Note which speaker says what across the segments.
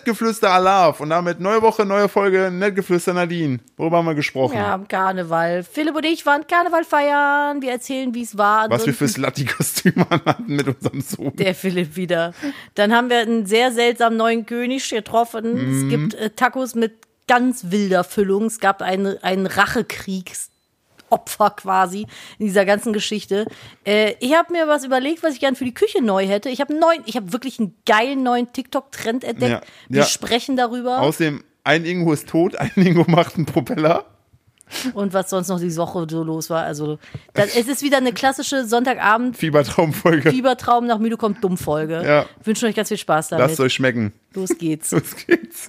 Speaker 1: Nettgeflüster Alarv und damit neue Woche, neue Folge Nettgeflüster Nadine. Worüber haben wir gesprochen?
Speaker 2: Ja, am Karneval. Philipp und ich waren Karneval feiern. Wir erzählen, wie es war.
Speaker 1: Was wir
Speaker 2: Ansonsten-
Speaker 1: fürs Latti-Kostüm anhatten mit unserem Sohn.
Speaker 2: Der Philipp wieder. Dann haben wir einen sehr seltsamen neuen König getroffen. Es
Speaker 1: Mhm.
Speaker 2: gibt äh, Tacos mit ganz wilder Füllung. Es gab einen, einen Rachekriegsopfer quasi in dieser ganzen Geschichte. Äh, ich habe mir was überlegt, was ich gern für die Küche neu hätte. Ich habe neuen, ich habe wirklich einen geilen neuen TikTok-Trend entdeckt.
Speaker 1: Ja,
Speaker 2: Wir
Speaker 1: ja.
Speaker 2: sprechen darüber.
Speaker 1: Außerdem, ein Ingo ist tot, ein Ingo macht einen Propeller.
Speaker 2: und was sonst noch die Woche so los war. Also, das, es ist wieder eine klassische Sonntagabend.
Speaker 1: Fiebertraumfolge.
Speaker 2: Fiebertraum nach müde kommt dumm Folge.
Speaker 1: Ja.
Speaker 2: Wünschen euch ganz viel Spaß damit.
Speaker 1: Lasst euch schmecken.
Speaker 2: Los geht's.
Speaker 1: Los geht's.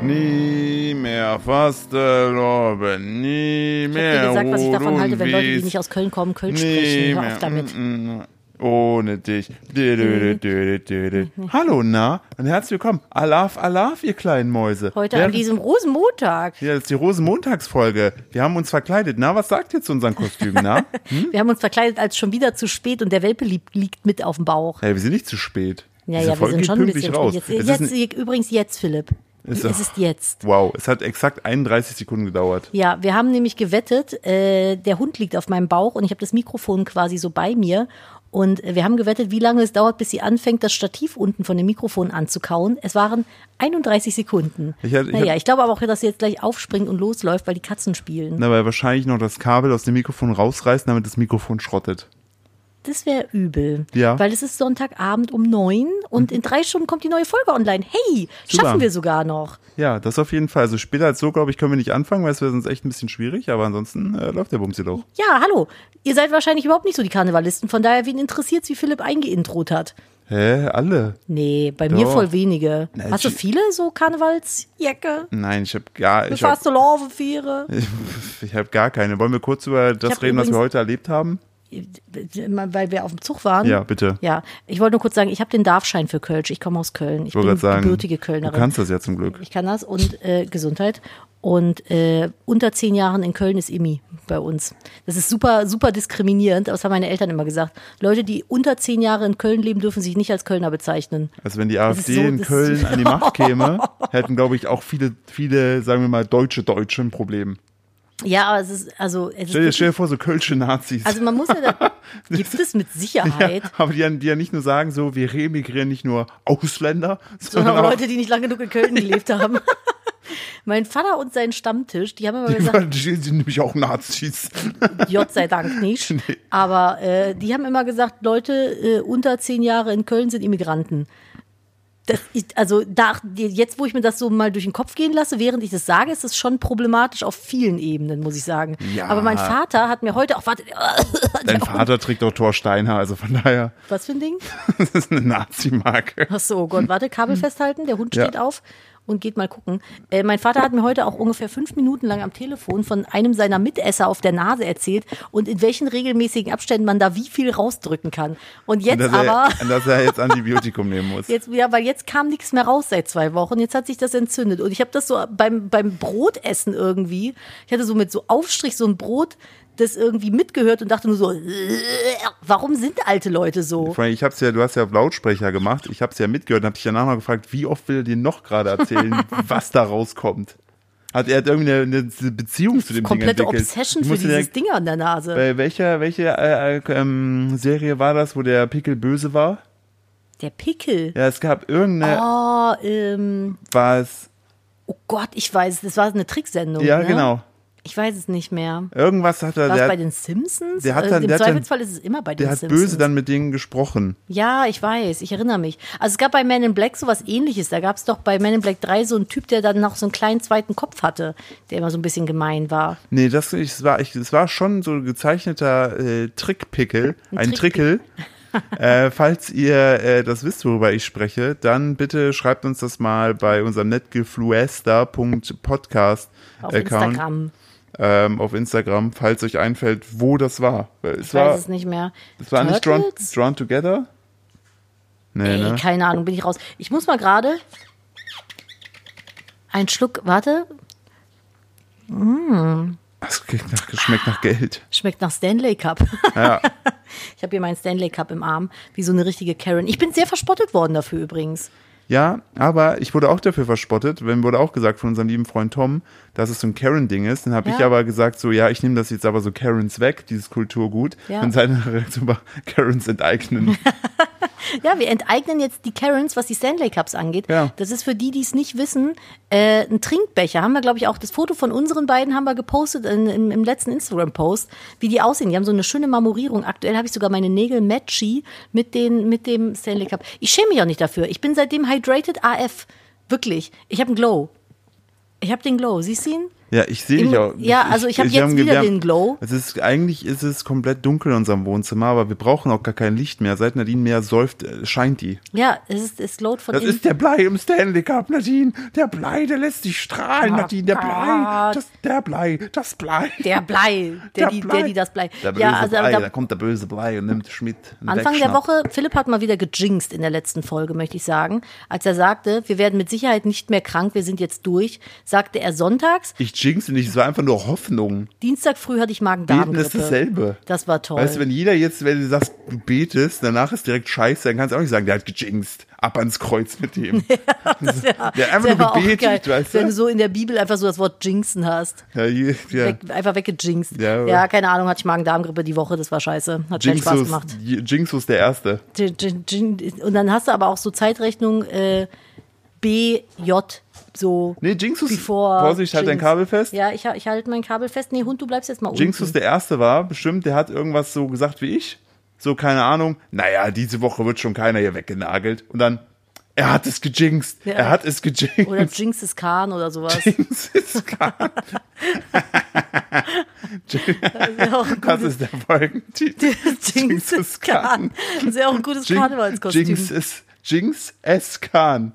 Speaker 1: Nie mehr Fastelobe, nie
Speaker 2: Ich hab dir
Speaker 1: mehr
Speaker 2: gesagt, was ich
Speaker 1: Rot
Speaker 2: davon halte,
Speaker 1: und
Speaker 2: wenn Leute, die
Speaker 1: Wies.
Speaker 2: nicht aus Köln kommen, Köln
Speaker 1: nie
Speaker 2: sprechen. Hör
Speaker 1: mehr,
Speaker 2: auf damit.
Speaker 1: mm, mm, ohne dich. Dü, dü, dü, dü, dü, dü,
Speaker 2: Mhm.
Speaker 1: dü. Hallo, na, und herzlich willkommen. Alaf, Alaf, ihr kleinen Mäuse.
Speaker 2: Heute
Speaker 1: Wer-
Speaker 2: an diesem Rosenmontag.
Speaker 1: Ja, das ist die Rosenmontagsfolge. Wir haben uns verkleidet. Na, was sagt ihr zu unseren Kostümen, na? Hm?
Speaker 2: Wir haben uns verkleidet als schon wieder zu spät und der Welpe liegt, liegt mit auf dem Bauch.
Speaker 1: Hey, wir sind nicht zu spät.
Speaker 2: Ja,
Speaker 1: Diese
Speaker 2: ja, wir
Speaker 1: Folge
Speaker 2: sind
Speaker 1: geht
Speaker 2: schon ein
Speaker 1: pünktlich
Speaker 2: bisschen
Speaker 1: raus.
Speaker 2: Jetzt,
Speaker 1: Es ist
Speaker 2: jetzt,
Speaker 1: ein-
Speaker 2: übrigens jetzt, Philipp.
Speaker 1: Ist
Speaker 2: es ist jetzt.
Speaker 1: wow, es hat exakt 31 Sekunden gedauert.
Speaker 2: Ja, wir haben nämlich gewettet, äh, der Hund liegt auf meinem Bauch und ich habe das Mikrofon quasi so bei mir. Und äh, wir haben gewettet, wie lange es dauert, bis sie anfängt, das Stativ unten von dem Mikrofon anzukauen. Es waren 31 Sekunden.
Speaker 1: Ich hätte- ich
Speaker 2: naja,
Speaker 1: hätte-
Speaker 2: ich glaube aber auch, dass sie jetzt gleich aufspringt und losläuft, weil die Katzen spielen.
Speaker 1: Dabei wahrscheinlich noch das Kabel aus dem Mikrofon rausreißen, damit das Mikrofon schrottet.
Speaker 2: Das wäre übel.
Speaker 1: Ja. Mhm.
Speaker 2: Weil es ist Sonntagabend um neun und in drei Stunden kommt die neue Folge online. Hey,
Speaker 1: Super.
Speaker 2: schaffen wir sogar noch.
Speaker 1: Ja, das auf jeden Fall. Also später als so, glaube ich, können wir nicht anfangen, weil es wäre sonst echt ein bisschen schwierig. Aber ansonsten äh, läuft der Bumsi doch.
Speaker 2: Ja, hallo. Ihr seid wahrscheinlich überhaupt nicht so die Karnevalisten, von daher, wen interessiert's, wie Philipp eingeintrot hat?
Speaker 1: Hä, alle?
Speaker 2: Nee, bei mir
Speaker 1: Doch.
Speaker 2: voll wenige.
Speaker 1: Na,
Speaker 2: Hast du
Speaker 1: die-
Speaker 2: viele so Karnevalsjacke?
Speaker 1: Nein, ich habe gar, ich hab,
Speaker 2: Befasste Lorbefiere?
Speaker 1: ich hab gar keine. Wollen wir kurz über das
Speaker 2: hab
Speaker 1: reden, was wir
Speaker 2: übrigens-
Speaker 1: heute erlebt haben?
Speaker 2: Weil wir auf dem Zug waren.
Speaker 1: Ja, bitte.
Speaker 2: Hm? Ja, ich wollte nur kurz sagen, ich habe den Darfschein für Kölsch. Ich komme aus Köln. Ich
Speaker 1: Ich wollte
Speaker 2: bin
Speaker 1: gerade sagen,
Speaker 2: gebürtige
Speaker 1: du
Speaker 2: Kölnerin.
Speaker 1: kannst das ja zum Glück.
Speaker 2: Ich kann das und äh, Gesundheit. Und äh, unter zehn Jahren in Köln ist Immi bei uns. Das ist super, super diskriminierend. aber Das haben meine Eltern immer gesagt. Leute, die unter zehn Jahre in Köln leben, dürfen sich nicht als Kölner bezeichnen.
Speaker 1: Also wenn die
Speaker 2: ist
Speaker 1: AfD
Speaker 2: so-
Speaker 1: in
Speaker 2: das ist-
Speaker 1: Köln an die Macht käme, hätten, glaube ich, auch viele, viele, sagen wir mal, deutsche Deutsche ein Problem.
Speaker 2: Ja, aber es ist, also, es
Speaker 1: Stell dir,
Speaker 2: ist,
Speaker 1: stell dir vor, so kölsche Nazis.
Speaker 2: also man muss ja, da, gibt es mit Sicherheit.
Speaker 1: ja, aber die, dann- die ja nicht nur sagen so, wir remigrieren nicht nur Ausländer, sondern,
Speaker 2: sondern
Speaker 1: auch
Speaker 2: Leute, die nicht lang genug in Köln gelebt haben. mein Vater und sein Stammtisch, die haben immer gesagt,
Speaker 1: die sind nämlich auch Nazis.
Speaker 2: Gott sei Dank nicht. Aber äh, die haben immer gesagt, Leute äh, unter zehn Jahre in Köln sind Immigranten. Das ist, also da, jetzt, wo ich mir das so mal durch den Kopf gehen lasse, während ich das sage, ist es schon problematisch auf vielen Ebenen, muss ich sagen.
Speaker 1: Ja.
Speaker 2: Aber mein Vater hat mir heute auch, warte,
Speaker 1: Dein Vater trägt auch Thor Steiner, also von daher,
Speaker 2: was für ein Ding?
Speaker 1: das ist eine Nazi-Marke.
Speaker 2: Ach so, oh Gott, warte, Kabel festhalten, der Hund
Speaker 1: Hm. Ja.
Speaker 2: steht auf und geht mal gucken. Äh, mein Vater hat mir heute auch ungefähr fünf Minuten lang am Telefon von einem seiner Mitesser auf der Nase erzählt und in welchen regelmäßigen Abständen man da wie viel rausdrücken kann. Und jetzt
Speaker 1: Dass
Speaker 2: aber,
Speaker 1: er, dass er jetzt Antibiotikum nehmen muss.
Speaker 2: jetzt, ja, weil jetzt kam nichts mehr raus seit zwei Wochen, jetzt hat sich das entzündet. Und ich habe das so beim, beim Brotessen irgendwie, ich hatte so mit so Aufstrich so ein Brot, das irgendwie mitgehört und dachte nur so, warum sind alte Leute so?
Speaker 1: Vor allem, Ich hab's ja, du hast ja auf Lautsprecher gemacht, ich hab's ja mitgehört und hab dich danach noch gefragt, wie oft will er dir noch gerade erzählen, was da rauskommt. Hat er hat irgendwie eine, eine Beziehung zu dem
Speaker 2: Komplette
Speaker 1: Ding entwickelt.
Speaker 2: Obsession
Speaker 1: Ich
Speaker 2: für
Speaker 1: musste
Speaker 2: dieses
Speaker 1: direkt-
Speaker 2: Ding an der Nase.
Speaker 1: Bei welcher, welche äh, äh, ähm, Serie war das, wo der Pickel böse war?
Speaker 2: Der Pickel.
Speaker 1: Ja, es gab irgendeine,
Speaker 2: Oh, ähm,
Speaker 1: war es,
Speaker 2: oh Gott, ich weiß, es, das war eine Tricksendung.
Speaker 1: ja
Speaker 2: ne?
Speaker 1: genau,
Speaker 2: Ich weiß es nicht mehr.
Speaker 1: irgendwas hat er,
Speaker 2: War
Speaker 1: der,
Speaker 2: es bei
Speaker 1: hat-
Speaker 2: den Simpsons?
Speaker 1: der hat
Speaker 2: Äh,
Speaker 1: dann-
Speaker 2: Im
Speaker 1: der hat dann-
Speaker 2: Zweifelsfall ist es immer bei den
Speaker 1: der hat
Speaker 2: Simpsons.
Speaker 1: böse dann mit denen gesprochen.
Speaker 2: ja, ich weiß, ich erinnere mich. Also es gab bei Man in Black sowas ähnliches. Da gab es doch bei Man in Black 3 so einen Typ, der dann noch so einen kleinen zweiten Kopf hatte, der immer so ein bisschen gemein war.
Speaker 1: Nee, das, ich, es war, ich, es war schon so ein gezeichneter äh, Trickpickel, ein,
Speaker 2: Trickpickel.
Speaker 1: Trickel. äh, falls ihr äh, das wisst, worüber ich spreche, dann bitte schreibt uns das mal bei unserem netgefluester.podcast
Speaker 2: Auf
Speaker 1: Account
Speaker 2: Instagram.
Speaker 1: ähm, auf Instagram, falls euch einfällt, wo das war. Weil es
Speaker 2: Ich
Speaker 1: war,
Speaker 2: weiß es nicht mehr.
Speaker 1: es war nicht drawn,
Speaker 2: Turtles?
Speaker 1: drawn Together? Nee,
Speaker 2: Ey,
Speaker 1: ne?
Speaker 2: keine Ahnung, bin ich raus. Ich muss mal gerade einen Schluck, warte. Mm.
Speaker 1: Das klingt nach, schmeckt nach Geld.
Speaker 2: Schmeckt nach Stanley Cup.
Speaker 1: Ja.
Speaker 2: Ich habe hier meinen Stanley Cup im Arm, wie so eine richtige Karen. Ich bin sehr verspottet worden dafür übrigens.
Speaker 1: Ja, aber ich wurde auch dafür verspottet, wenn wurde auch gesagt von unserem lieben Freund Tom, dass es so ein Karen-Ding ist. Dann habe
Speaker 2: Ja.
Speaker 1: ich aber gesagt, so ja, ich nehme das jetzt aber so Karens weg, dieses Kulturgut.
Speaker 2: Ja.
Speaker 1: Und seine Reaktion war Karens enteignen.
Speaker 2: Ja, wir enteignen jetzt die Karens, was die Stanley Cups angeht.
Speaker 1: Ja.
Speaker 2: Das ist für die, die es nicht wissen, äh, ein Trinkbecher. Haben wir, glaube ich, auch das Foto von unseren beiden haben wir gepostet in, im, im letzten Instagram-Post, wie die aussehen. Die haben so eine schöne Marmorierung. Aktuell habe ich sogar meine Nägel matchy mit, den, mit dem Stanley Cup. Ich schäme mich auch nicht dafür. Ich bin seitdem hydrated AF. Wirklich. Ich habe einen Glow. Ich habe den Glow. Siehst du ihn?
Speaker 1: Ja, ich sehe
Speaker 2: Im-
Speaker 1: dich auch.
Speaker 2: ja, also ich hab jetzt
Speaker 1: haben-
Speaker 2: wieder
Speaker 1: wir haben-
Speaker 2: den Glow.
Speaker 1: Es ist, eigentlich ist es komplett dunkel in unserem Wohnzimmer, aber wir brauchen auch gar kein Licht mehr. Seit Nadine mehr säuft, äh, scheint die.
Speaker 2: Ja, es ist es glowt von
Speaker 1: Das
Speaker 2: innen.
Speaker 1: ist der Blei im Stanley Cup, Nadine. Der Blei, der lässt dich strahlen, Nadine. Der Blei,
Speaker 2: Gott.
Speaker 1: das, der Blei, das Blei.
Speaker 2: der Blei, der, die, der die das Blei.
Speaker 1: Der böse
Speaker 2: ja, also
Speaker 1: Blei,
Speaker 2: da,
Speaker 1: da kommt der böse Blei und nimmt dich mit. und
Speaker 2: Anfang der
Speaker 1: wegschnappt.
Speaker 2: Woche, Philipp hat mal wieder gejinxt in der letzten Folge, möchte ich sagen. Als er sagte, wir werden mit Sicherheit nicht mehr krank, wir sind jetzt durch, sagte er sonntags,
Speaker 1: Ich jinx nicht, es war einfach nur Hoffnung.
Speaker 2: Dienstag früh hatte ich
Speaker 1: Beten
Speaker 2: Magen-Darm-Grippe.
Speaker 1: ist dasselbe.
Speaker 2: Das war toll.
Speaker 1: Weißt du, wenn jeder jetzt, wenn du sagst, du betest, danach ist direkt scheiße, dann kannst du auch nicht sagen, der hat gejinxt. Ab ans Kreuz mit dem. der hat einfach
Speaker 2: Das
Speaker 1: nur
Speaker 2: war auch geil,
Speaker 1: gebetet, weißt
Speaker 2: wenn du
Speaker 1: du?
Speaker 2: so in der Bibel einfach so das Wort jinxen hast.
Speaker 1: Ja, je- ja.
Speaker 2: Weg, einfach weggejinxt.
Speaker 1: Ja,
Speaker 2: Ja,
Speaker 1: aber-
Speaker 2: keine Ahnung, hatte ich Magen-Darm-Grippe die Woche, das war scheiße. Hat schnell Spaß
Speaker 1: Jinxus,
Speaker 2: gemacht.
Speaker 1: J- Jinxus der Erste.
Speaker 2: Jin- Jin- Jin- Und dann hast du aber auch so Zeitrechnung äh, BJ, so
Speaker 1: Nee, Jinxus,
Speaker 2: bevor.
Speaker 1: Vorsicht, halt dein
Speaker 2: Jinx.
Speaker 1: Kabel fest.
Speaker 2: Ja, ich, ha- ich halte mein Kabel fest. Nee, Hund, du bleibst jetzt mal unten.
Speaker 1: Jinxus der Erste war, bestimmt, der hat irgendwas so gesagt wie ich. So, keine Ahnung. Naja, diese Woche wird schon keiner hier weggenagelt. Und dann, er hat es gejinxt.
Speaker 2: Ja.
Speaker 1: Er hat es gejinxt.
Speaker 2: Oder Jinx ist Khan oder sowas.
Speaker 1: Jinx ist Khan.
Speaker 2: Wäre auch ein
Speaker 1: Das ist der Folgentitel. Jinx
Speaker 2: gutes oh Jinx
Speaker 1: ist
Speaker 2: ist Khan. Das wäre auch ein gutes Karnevalskostüm.
Speaker 1: Jinx
Speaker 2: Jinx.
Speaker 1: ist Jinx S. Khan.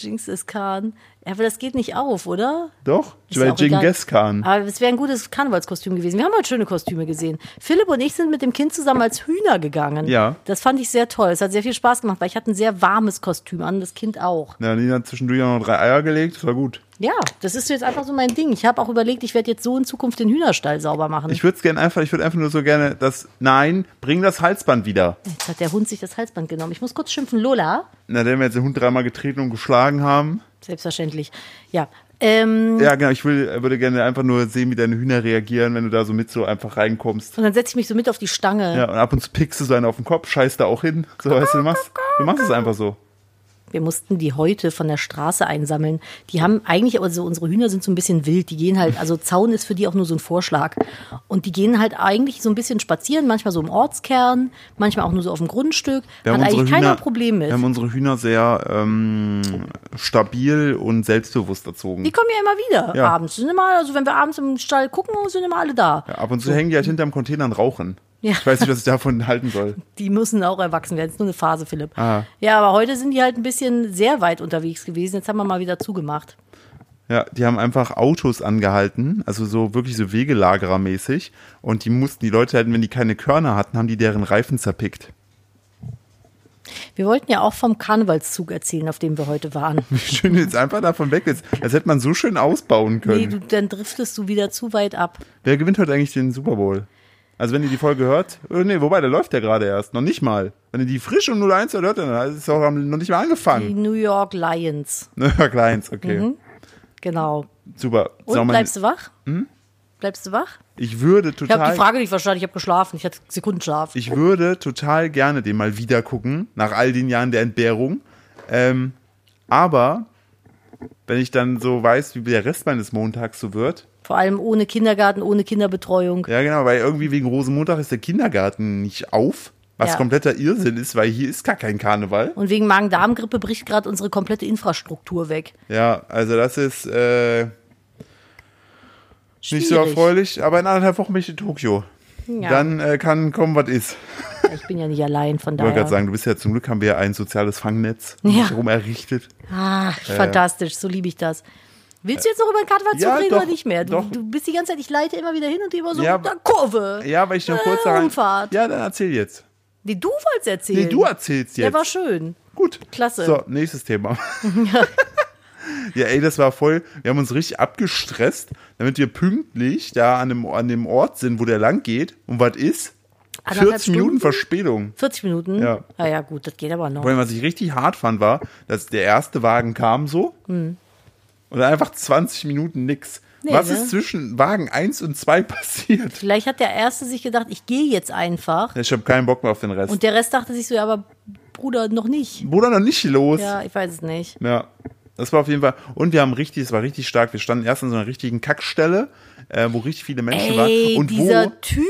Speaker 2: ist Khan. Ja, aber das geht nicht auf, oder?
Speaker 1: Doch,
Speaker 2: Ist
Speaker 1: bei
Speaker 2: ja auch egal.
Speaker 1: Jingis Khan.
Speaker 2: Aber es wäre ein gutes Karnevalskostüm gewesen. Wir haben heute schöne Kostüme gesehen. Philipp und ich sind mit dem Kind zusammen als Hühner gegangen.
Speaker 1: Ja.
Speaker 2: Das fand ich sehr toll. Es hat sehr viel Spaß gemacht, weil ich hatte ein sehr warmes Kostüm an, das Kind auch.
Speaker 1: Ja, Nina hat zwischendurch auch noch drei Eier gelegt. Das war gut.
Speaker 2: Ja, das ist jetzt einfach so mein Ding. Ich habe auch überlegt, ich werde jetzt so in Zukunft den Hühnerstall sauber machen.
Speaker 1: Ich würde es gerne einfach, ich würde einfach nur so gerne das, nein, bring das Halsband wieder.
Speaker 2: jetzt hat der Hund sich das Halsband genommen. Ich muss kurz schimpfen, Lola.
Speaker 1: Nachdem wir jetzt den Hund dreimal getreten und geschlagen haben.
Speaker 2: Selbstverständlich. Ja. Ähm,
Speaker 1: Ja, genau, ich will, würde gerne einfach nur sehen, wie deine Hühner reagieren, wenn du da so mit so einfach reinkommst.
Speaker 2: Und dann setze ich mich so mit auf die Stange.
Speaker 1: Ja, und ab und zu pickst du so einen auf den Kopf, scheißt da auch hin. So, weißt du, du machst, du machst es einfach so.
Speaker 2: Wir mussten die heute von der Straße einsammeln. Die haben eigentlich, also unsere Hühner sind so ein bisschen wild. Die gehen halt, also Zaun ist für die auch nur so ein Vorschlag. Und die gehen halt eigentlich so ein bisschen spazieren, manchmal so im Ortskern, manchmal auch nur so auf dem Grundstück. Hat eigentlich keiner Problem mit.
Speaker 1: Wir haben unsere Hühner sehr ähm, stabil und selbstbewusst erzogen.
Speaker 2: Die kommen ja immer wieder
Speaker 1: Ja.
Speaker 2: abends. Sind immer, also wenn wir abends im Stall gucken, sind immer alle da.
Speaker 1: Ja, ab und zu hängen die halt hinterm Container und rauchen.
Speaker 2: Ja.
Speaker 1: Ich weiß nicht, was ich davon halten soll.
Speaker 2: Die müssen auch erwachsen werden. Das ist nur eine Phase, Philipp.
Speaker 1: Ah.
Speaker 2: Ja, aber heute sind die halt ein bisschen sehr weit unterwegs gewesen. Jetzt haben wir mal wieder zugemacht.
Speaker 1: Ja, die haben einfach Autos angehalten, also so wirklich so Wegelagerermäßig. Und die mussten die Leute halt, wenn die keine Körner hatten, haben die deren Reifen zerpickt.
Speaker 2: Wir wollten ja auch vom Karnevalszug erzählen, auf dem wir heute waren.
Speaker 1: Wie schön du jetzt einfach davon weg ist. Das hätte man so schön ausbauen
Speaker 2: Nee,
Speaker 1: können.
Speaker 2: du, dann driftest du wieder zu weit ab.
Speaker 1: Wer gewinnt heute eigentlich den Super Bowl? Also wenn ihr die Folge hört, oh nee, wobei, der läuft ja gerade erst, noch nicht mal. Wenn ihr die frisch um 01 hört, hört, dann ist es auch noch nicht mal
Speaker 2: Die
Speaker 1: angefangen.
Speaker 2: New York Lions,
Speaker 1: Na, Kleins, okay.
Speaker 2: genau.
Speaker 1: Super.
Speaker 2: Mhm. Und
Speaker 1: Sau, mein-
Speaker 2: bleibst du wach? Bleibst du wach?
Speaker 1: ich würde
Speaker 2: Ich habe die
Speaker 1: Hm? total,
Speaker 2: Frage nicht verstanden, ich habe geschlafen, ich hatte Sekundenschlaf.
Speaker 1: ich würde total gerne den mal wieder gucken, nach all den Jahren der Entbehrung. Ähm, aber wenn ich dann so weiß, wie der Rest meines Montags so wird,
Speaker 2: Vor allem ohne Kindergarten, ohne Kinderbetreuung.
Speaker 1: Ja, genau, weil irgendwie wegen Rosenmontag ist der Kindergarten nicht auf, was
Speaker 2: Ja.
Speaker 1: kompletter Irrsinn ist, weil hier ist gar kein Karneval.
Speaker 2: Und wegen Magen-Darm-Grippe bricht gerade unsere komplette Infrastruktur weg.
Speaker 1: Ja, also das ist äh,
Speaker 2: Schwierig.
Speaker 1: nicht so erfreulich, aber in anderthalb Wochen bin ich in Tokio.
Speaker 2: Ja.
Speaker 1: Dann äh, kann kommen, was ist.
Speaker 2: Ich bin ja nicht allein, von
Speaker 1: Ich wollte
Speaker 2: daher.
Speaker 1: gerade sagen, du bist ja zum Glück haben wir ja ein soziales Fangnetz
Speaker 2: Ja.
Speaker 1: rum errichtet.
Speaker 2: Ah, fantastisch, so liebe ich das. Willst du jetzt noch über den Karnevalszug
Speaker 1: ja,
Speaker 2: reden
Speaker 1: doch,
Speaker 2: oder nicht mehr? Du,
Speaker 1: doch.
Speaker 2: du bist die ganze Zeit, ich leite immer wieder hin und immer so
Speaker 1: Ja,
Speaker 2: unter Kurve.
Speaker 1: Ja, weil ich noch
Speaker 2: Äh,
Speaker 1: kurz daran.
Speaker 2: Rumfahrt.
Speaker 1: Ja, dann erzähl jetzt.
Speaker 2: Nee, du wolltest erzählen.
Speaker 1: Nee, du erzählst
Speaker 2: Der
Speaker 1: jetzt.
Speaker 2: war schön.
Speaker 1: Gut.
Speaker 2: Klasse.
Speaker 1: So, nächstes Thema. Ja, ey, das war voll. Wir haben uns richtig abgestresst, damit wir pünktlich da an dem, an dem Ort sind, wo der lang geht. Und was ist?
Speaker 2: Anderthalb
Speaker 1: 14 Minuten
Speaker 2: Stunden?
Speaker 1: Verspätung.
Speaker 2: 40 Minuten?
Speaker 1: Ja.
Speaker 2: Ah ja, gut, das geht aber noch.
Speaker 1: Vor allem, was ich richtig hart fand, war, dass der erste Wagen kam so und dann einfach 20 Minuten nix.
Speaker 2: Hm. Nee,
Speaker 1: was
Speaker 2: ne?
Speaker 1: ist zwischen Wagen 1 und 2 passiert?
Speaker 2: Vielleicht hat der Erste sich gedacht, ich gehe jetzt einfach.
Speaker 1: Ich habe keinen Bock mehr auf den Rest.
Speaker 2: Und der Rest dachte sich so, ja, aber Bruder, noch nicht.
Speaker 1: Bruder, noch nicht los.
Speaker 2: Ja, ich weiß es nicht.
Speaker 1: Ja, das war auf jeden Fall. Und wir haben richtig, es war richtig stark. Wir standen erst an so einer richtigen Kackstelle, äh, wo richtig viele Menschen
Speaker 2: Ey,
Speaker 1: waren. Und
Speaker 2: dieser
Speaker 1: wo,
Speaker 2: Typ,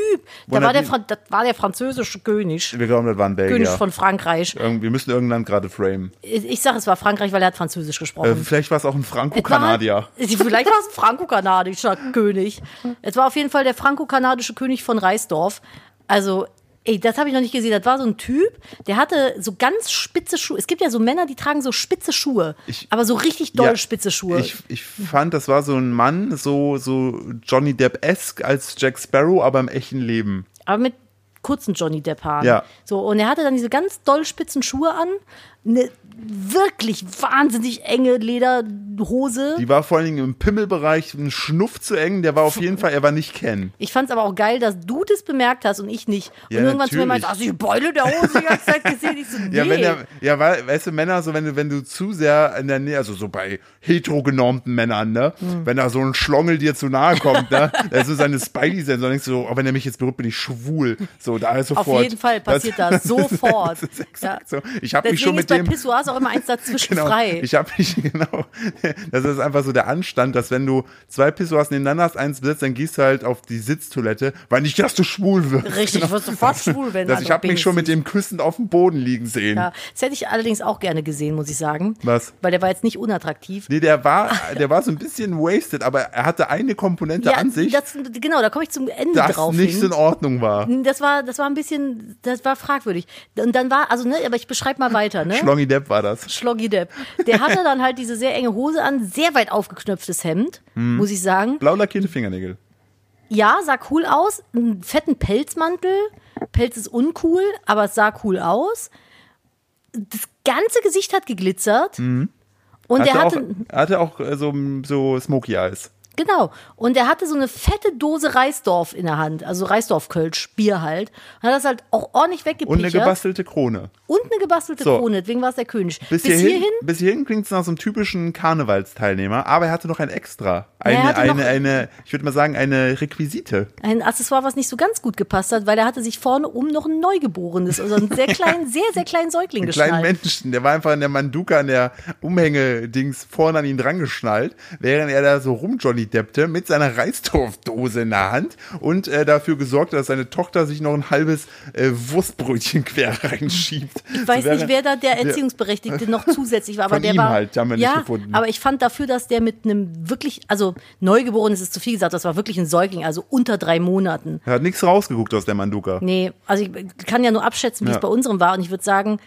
Speaker 2: da
Speaker 1: hat
Speaker 2: war der,
Speaker 1: die-
Speaker 2: Fran das war der französische König.
Speaker 1: wir glauben, das waren
Speaker 2: König
Speaker 1: Belgier.
Speaker 2: von Frankreich.
Speaker 1: Irgend- Wir müssen irgendein Land gerade framen.
Speaker 2: Ich ich sag, es war Frankreich, weil er hat Französisch
Speaker 1: Äh,
Speaker 2: gesprochen.
Speaker 1: vielleicht war es auch ein Franco-Kanadier.
Speaker 2: Es war- ne? Vielleicht war es ein franko-kanadischer König. Es war auf jeden Fall der franko-kanadische König von Reisdorf. Also, ey, das habe ich noch nicht gesehen. Das war so ein Typ, der hatte so ganz spitze Schuhe. Es gibt ja so Männer, die tragen so spitze Schuhe.
Speaker 1: Ich-
Speaker 2: aber so richtig doll
Speaker 1: Ja,
Speaker 2: spitze Schuhe.
Speaker 1: Ich, ich fand, das war so ein Mann, so, so Johnny Depp-esque als Jack Sparrow, aber im echten Leben.
Speaker 2: aber mit kurzen Johnny Depp Haaren.
Speaker 1: Ja.
Speaker 2: So, und er hatte dann diese ganz doll spitzen Schuhe an. Eine wirklich wahnsinnig enge Lederhose.
Speaker 1: Die war vor allen Dingen im Pimmelbereich ein Schnuff zu eng. Der war auf jeden Fall, er war nicht Ken.
Speaker 2: Ich fand's aber auch geil, dass du das bemerkt hast und ich nicht. Und
Speaker 1: Ja,
Speaker 2: irgendwann zu
Speaker 1: natürlich.
Speaker 2: mir meinte, hast du die Beule der Hose die ganze Zeit gesehen? Ich so, nee.
Speaker 1: Ja, wenn der, ja, weil, weißt du, Männer, so wenn du, wenn du zu sehr in der Nähe, also so bei heterogenormten Männern, ne, wenn da so ein Schlongel dir zu nahe kommt, ne, das ist seine Spidey-Sensor, denkst du so, oh, wenn er mich jetzt berührt, bin ich schwul. So, da ist
Speaker 2: Auf
Speaker 1: sofort.
Speaker 2: jeden Fall passiert das, sofort. Ja.
Speaker 1: So, ich habe mich schon
Speaker 2: Deswegen ist
Speaker 1: mit
Speaker 2: bei
Speaker 1: dem.
Speaker 2: Pissoirs auch immer eins dazwischen
Speaker 1: Genau,
Speaker 2: frei.
Speaker 1: ich habe mich, genau. Das ist einfach so der Anstand, dass wenn du zwei Pissoirs nebeneinander hast, eins besitzt, dann gehst du halt auf die Sitztoilette, weil nicht, dass du schwul wirst.
Speaker 2: Richtig, ich wirst sofort schwul, wenn
Speaker 1: genau. Das, ich
Speaker 2: andere
Speaker 1: habe mich
Speaker 2: Penis
Speaker 1: schon mit
Speaker 2: sieht.
Speaker 1: dem küssend auf dem Boden liegen sehen.
Speaker 2: Ja, das hätte ich allerdings auch gerne gesehen, muss ich sagen.
Speaker 1: Was?
Speaker 2: Weil der war jetzt nicht unattraktiv.
Speaker 1: Nee, der war, der war so ein bisschen wasted, aber er hatte eine Komponente an sich,
Speaker 2: das, genau, da komme ich zum Ende
Speaker 1: dass
Speaker 2: drauf. Ne?
Speaker 1: nichts
Speaker 2: hin.
Speaker 1: in Ordnung war.
Speaker 2: das war, das war ein bisschen, das war fragwürdig. Und dann war, also, ne, aber ich beschreibe mal weiter, ne?
Speaker 1: Schlongy Depp war das.
Speaker 2: Schloggy Depp. Der hatte dann halt diese sehr enge Hose an, sehr weit aufgeknöpftes Hemd,
Speaker 1: Mhm.
Speaker 2: muss ich sagen.
Speaker 1: Blau lackierte Fingernägel.
Speaker 2: Ja, sah cool aus. Einen fetten Pelzmantel. Pelz ist uncool, aber es sah cool aus. Das ganze Gesicht hat geglitzert. Und
Speaker 1: Hatte
Speaker 2: er
Speaker 1: Mhm. auch,
Speaker 2: hatte,
Speaker 1: hatte auch äh, so, so Smoky Eyes.
Speaker 2: genau. Und er hatte so eine fette Dose Reisdorf in der Hand. Also Reisdorf-Kölsch, Bier halt. Und hat das halt auch ordentlich
Speaker 1: Und eine
Speaker 2: weggepichert.
Speaker 1: gebastelte Krone.
Speaker 2: Und eine gebastelte
Speaker 1: So.
Speaker 2: Krone. Deswegen war es der König.
Speaker 1: Bis, hierhin, bis hierhin klingt es nach so einem typischen Karnevalsteilnehmer, aber er hatte noch ein Extra.
Speaker 2: er
Speaker 1: Eine,
Speaker 2: hatte
Speaker 1: eine,
Speaker 2: noch-
Speaker 1: eine, ich würde mal sagen, eine Requisite.
Speaker 2: Ein Accessoire, was nicht so ganz gut gepasst hat, weil er hatte sich vorne um noch ein Neugeborenes, also einen sehr kleinen, sehr, sehr kleinen Säugling
Speaker 1: Einen kleinen
Speaker 2: geschnallt.
Speaker 1: Menschen, der war einfach in der Manduka an der Umhänge-Dings vorne an ihn drangeschnallt, während er da so rumjohnny deppte mit seiner Reistorfdose in der Hand und äh, dafür gesorgt hat, dass seine Tochter sich noch ein halbes äh, Wurstbrötchen quer reinschiebt.
Speaker 2: Ich weiß nicht, wer da der Erziehungsberechtigte noch zusätzlich war, aber
Speaker 1: Von
Speaker 2: der
Speaker 1: ihm
Speaker 2: war.
Speaker 1: halt, haben wir nicht
Speaker 2: ja,
Speaker 1: gefunden.
Speaker 2: aber ich fand dafür, dass der mit einem wirklich, also Neugeborenes ist zu viel gesagt, das war wirklich ein Säugling, also unter drei Monaten.
Speaker 1: Er hat nichts rausgeguckt aus der Manduka.
Speaker 2: Nee, also ich kann ja nur abschätzen, wie
Speaker 1: Ja.
Speaker 2: es bei unserem war und ich würde sagen,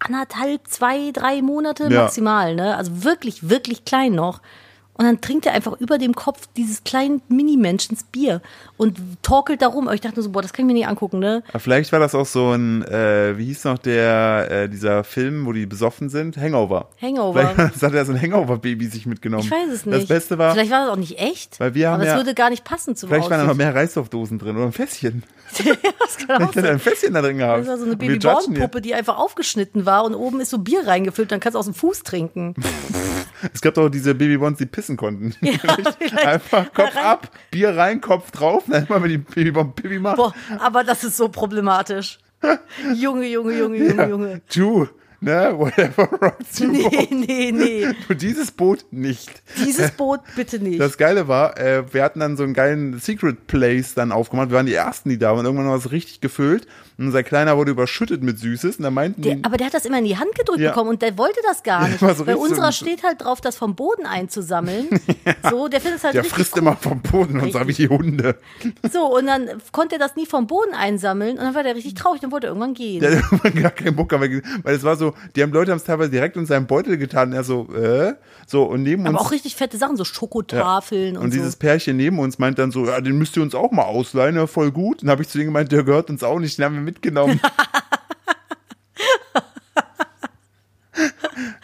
Speaker 2: anderthalb, zwei, drei Monate
Speaker 1: Ja.
Speaker 2: maximal, ne? Also wirklich, wirklich klein noch. Und dann trinkt er einfach über dem Kopf dieses kleinen Mini-Menschens Bier und torkelt darum. Aber ich dachte nur so, boah, das kann ich mir nicht angucken, ne?
Speaker 1: Aber Vielleicht war das auch so ein, äh, wie hieß noch der, äh, dieser Film, wo die besoffen sind? Hangover.
Speaker 2: Hangover.
Speaker 1: Vielleicht hat er so ein Hangover-Baby sich mitgenommen.
Speaker 2: Ich weiß es nicht.
Speaker 1: Das Beste war,
Speaker 2: Vielleicht war das auch nicht echt.
Speaker 1: Weil wir haben
Speaker 2: aber es
Speaker 1: ja-
Speaker 2: würde gar nicht passen zum
Speaker 1: Vielleicht waren da noch
Speaker 2: Outfit.
Speaker 1: mehr Reisstoffdosen drin oder ein Fässchen.
Speaker 2: das kann auch
Speaker 1: Vielleicht hat er
Speaker 2: sein.
Speaker 1: ein Fässchen da drin gehabt.
Speaker 2: Das war so eine
Speaker 1: Und wir judgen ihn.
Speaker 2: Babyborn-Puppe, die einfach aufgeschnitten war und oben ist so Bier reingefüllt, dann kannst du aus dem Fuß trinken.
Speaker 1: Es gab doch diese Babybons, die pissen konnten. Einfach Kopf
Speaker 2: Rein-
Speaker 1: ab, Bier rein, Kopf drauf, dann immer wenn die Babybomb Pipi macht.
Speaker 2: Boah, aber das ist so problematisch. Junge, Junge, Junge, Junge, Junge.
Speaker 1: Du, ne, whatever rocks you boat.
Speaker 2: Nee, nee, nee.
Speaker 1: Du, dieses Boot nicht.
Speaker 2: Dieses Boot bitte nicht.
Speaker 1: Das Geile war, äh, wir hatten dann so einen geilen Secret Place dann aufgemacht. Wir waren die Ersten, die da waren. Irgendwann war es richtig gefüllt. Und unser Kleiner wurde überschüttet mit Süßes. Und dann meinten
Speaker 2: der,
Speaker 1: die,
Speaker 2: aber der hat das immer in die Hand gedrückt
Speaker 1: Ja.
Speaker 2: bekommen und der wollte das gar nicht.
Speaker 1: war so
Speaker 2: Bei
Speaker 1: richtig so
Speaker 2: unserer
Speaker 1: ein-
Speaker 2: steht halt drauf, das vom Boden einzusammeln. So, der findet es halt
Speaker 1: der
Speaker 2: richtig
Speaker 1: frisst immer vom Boden und sah wie die Hunde.
Speaker 2: So, und dann konnte er das nie vom Boden einsammeln und dann war der richtig traurig, dann wollte er irgendwann gehen.
Speaker 1: Der hat irgendwann gar keinen Bock, mehr, ge- weil es war so, die haben Leute haben es teilweise direkt in seinen Beutel getan. Und er so, äh? So, und neben
Speaker 2: aber
Speaker 1: uns.
Speaker 2: auch richtig fette Sachen, so Schokotafeln
Speaker 1: und
Speaker 2: und,
Speaker 1: dieses
Speaker 2: so.
Speaker 1: Pärchen neben uns meint dann so, ja, den müsst ihr uns auch mal ausleihen, ja, voll gut. Und dann habe ich zu denen gemeint, der gehört uns auch nicht, den haben wir mitgenommen.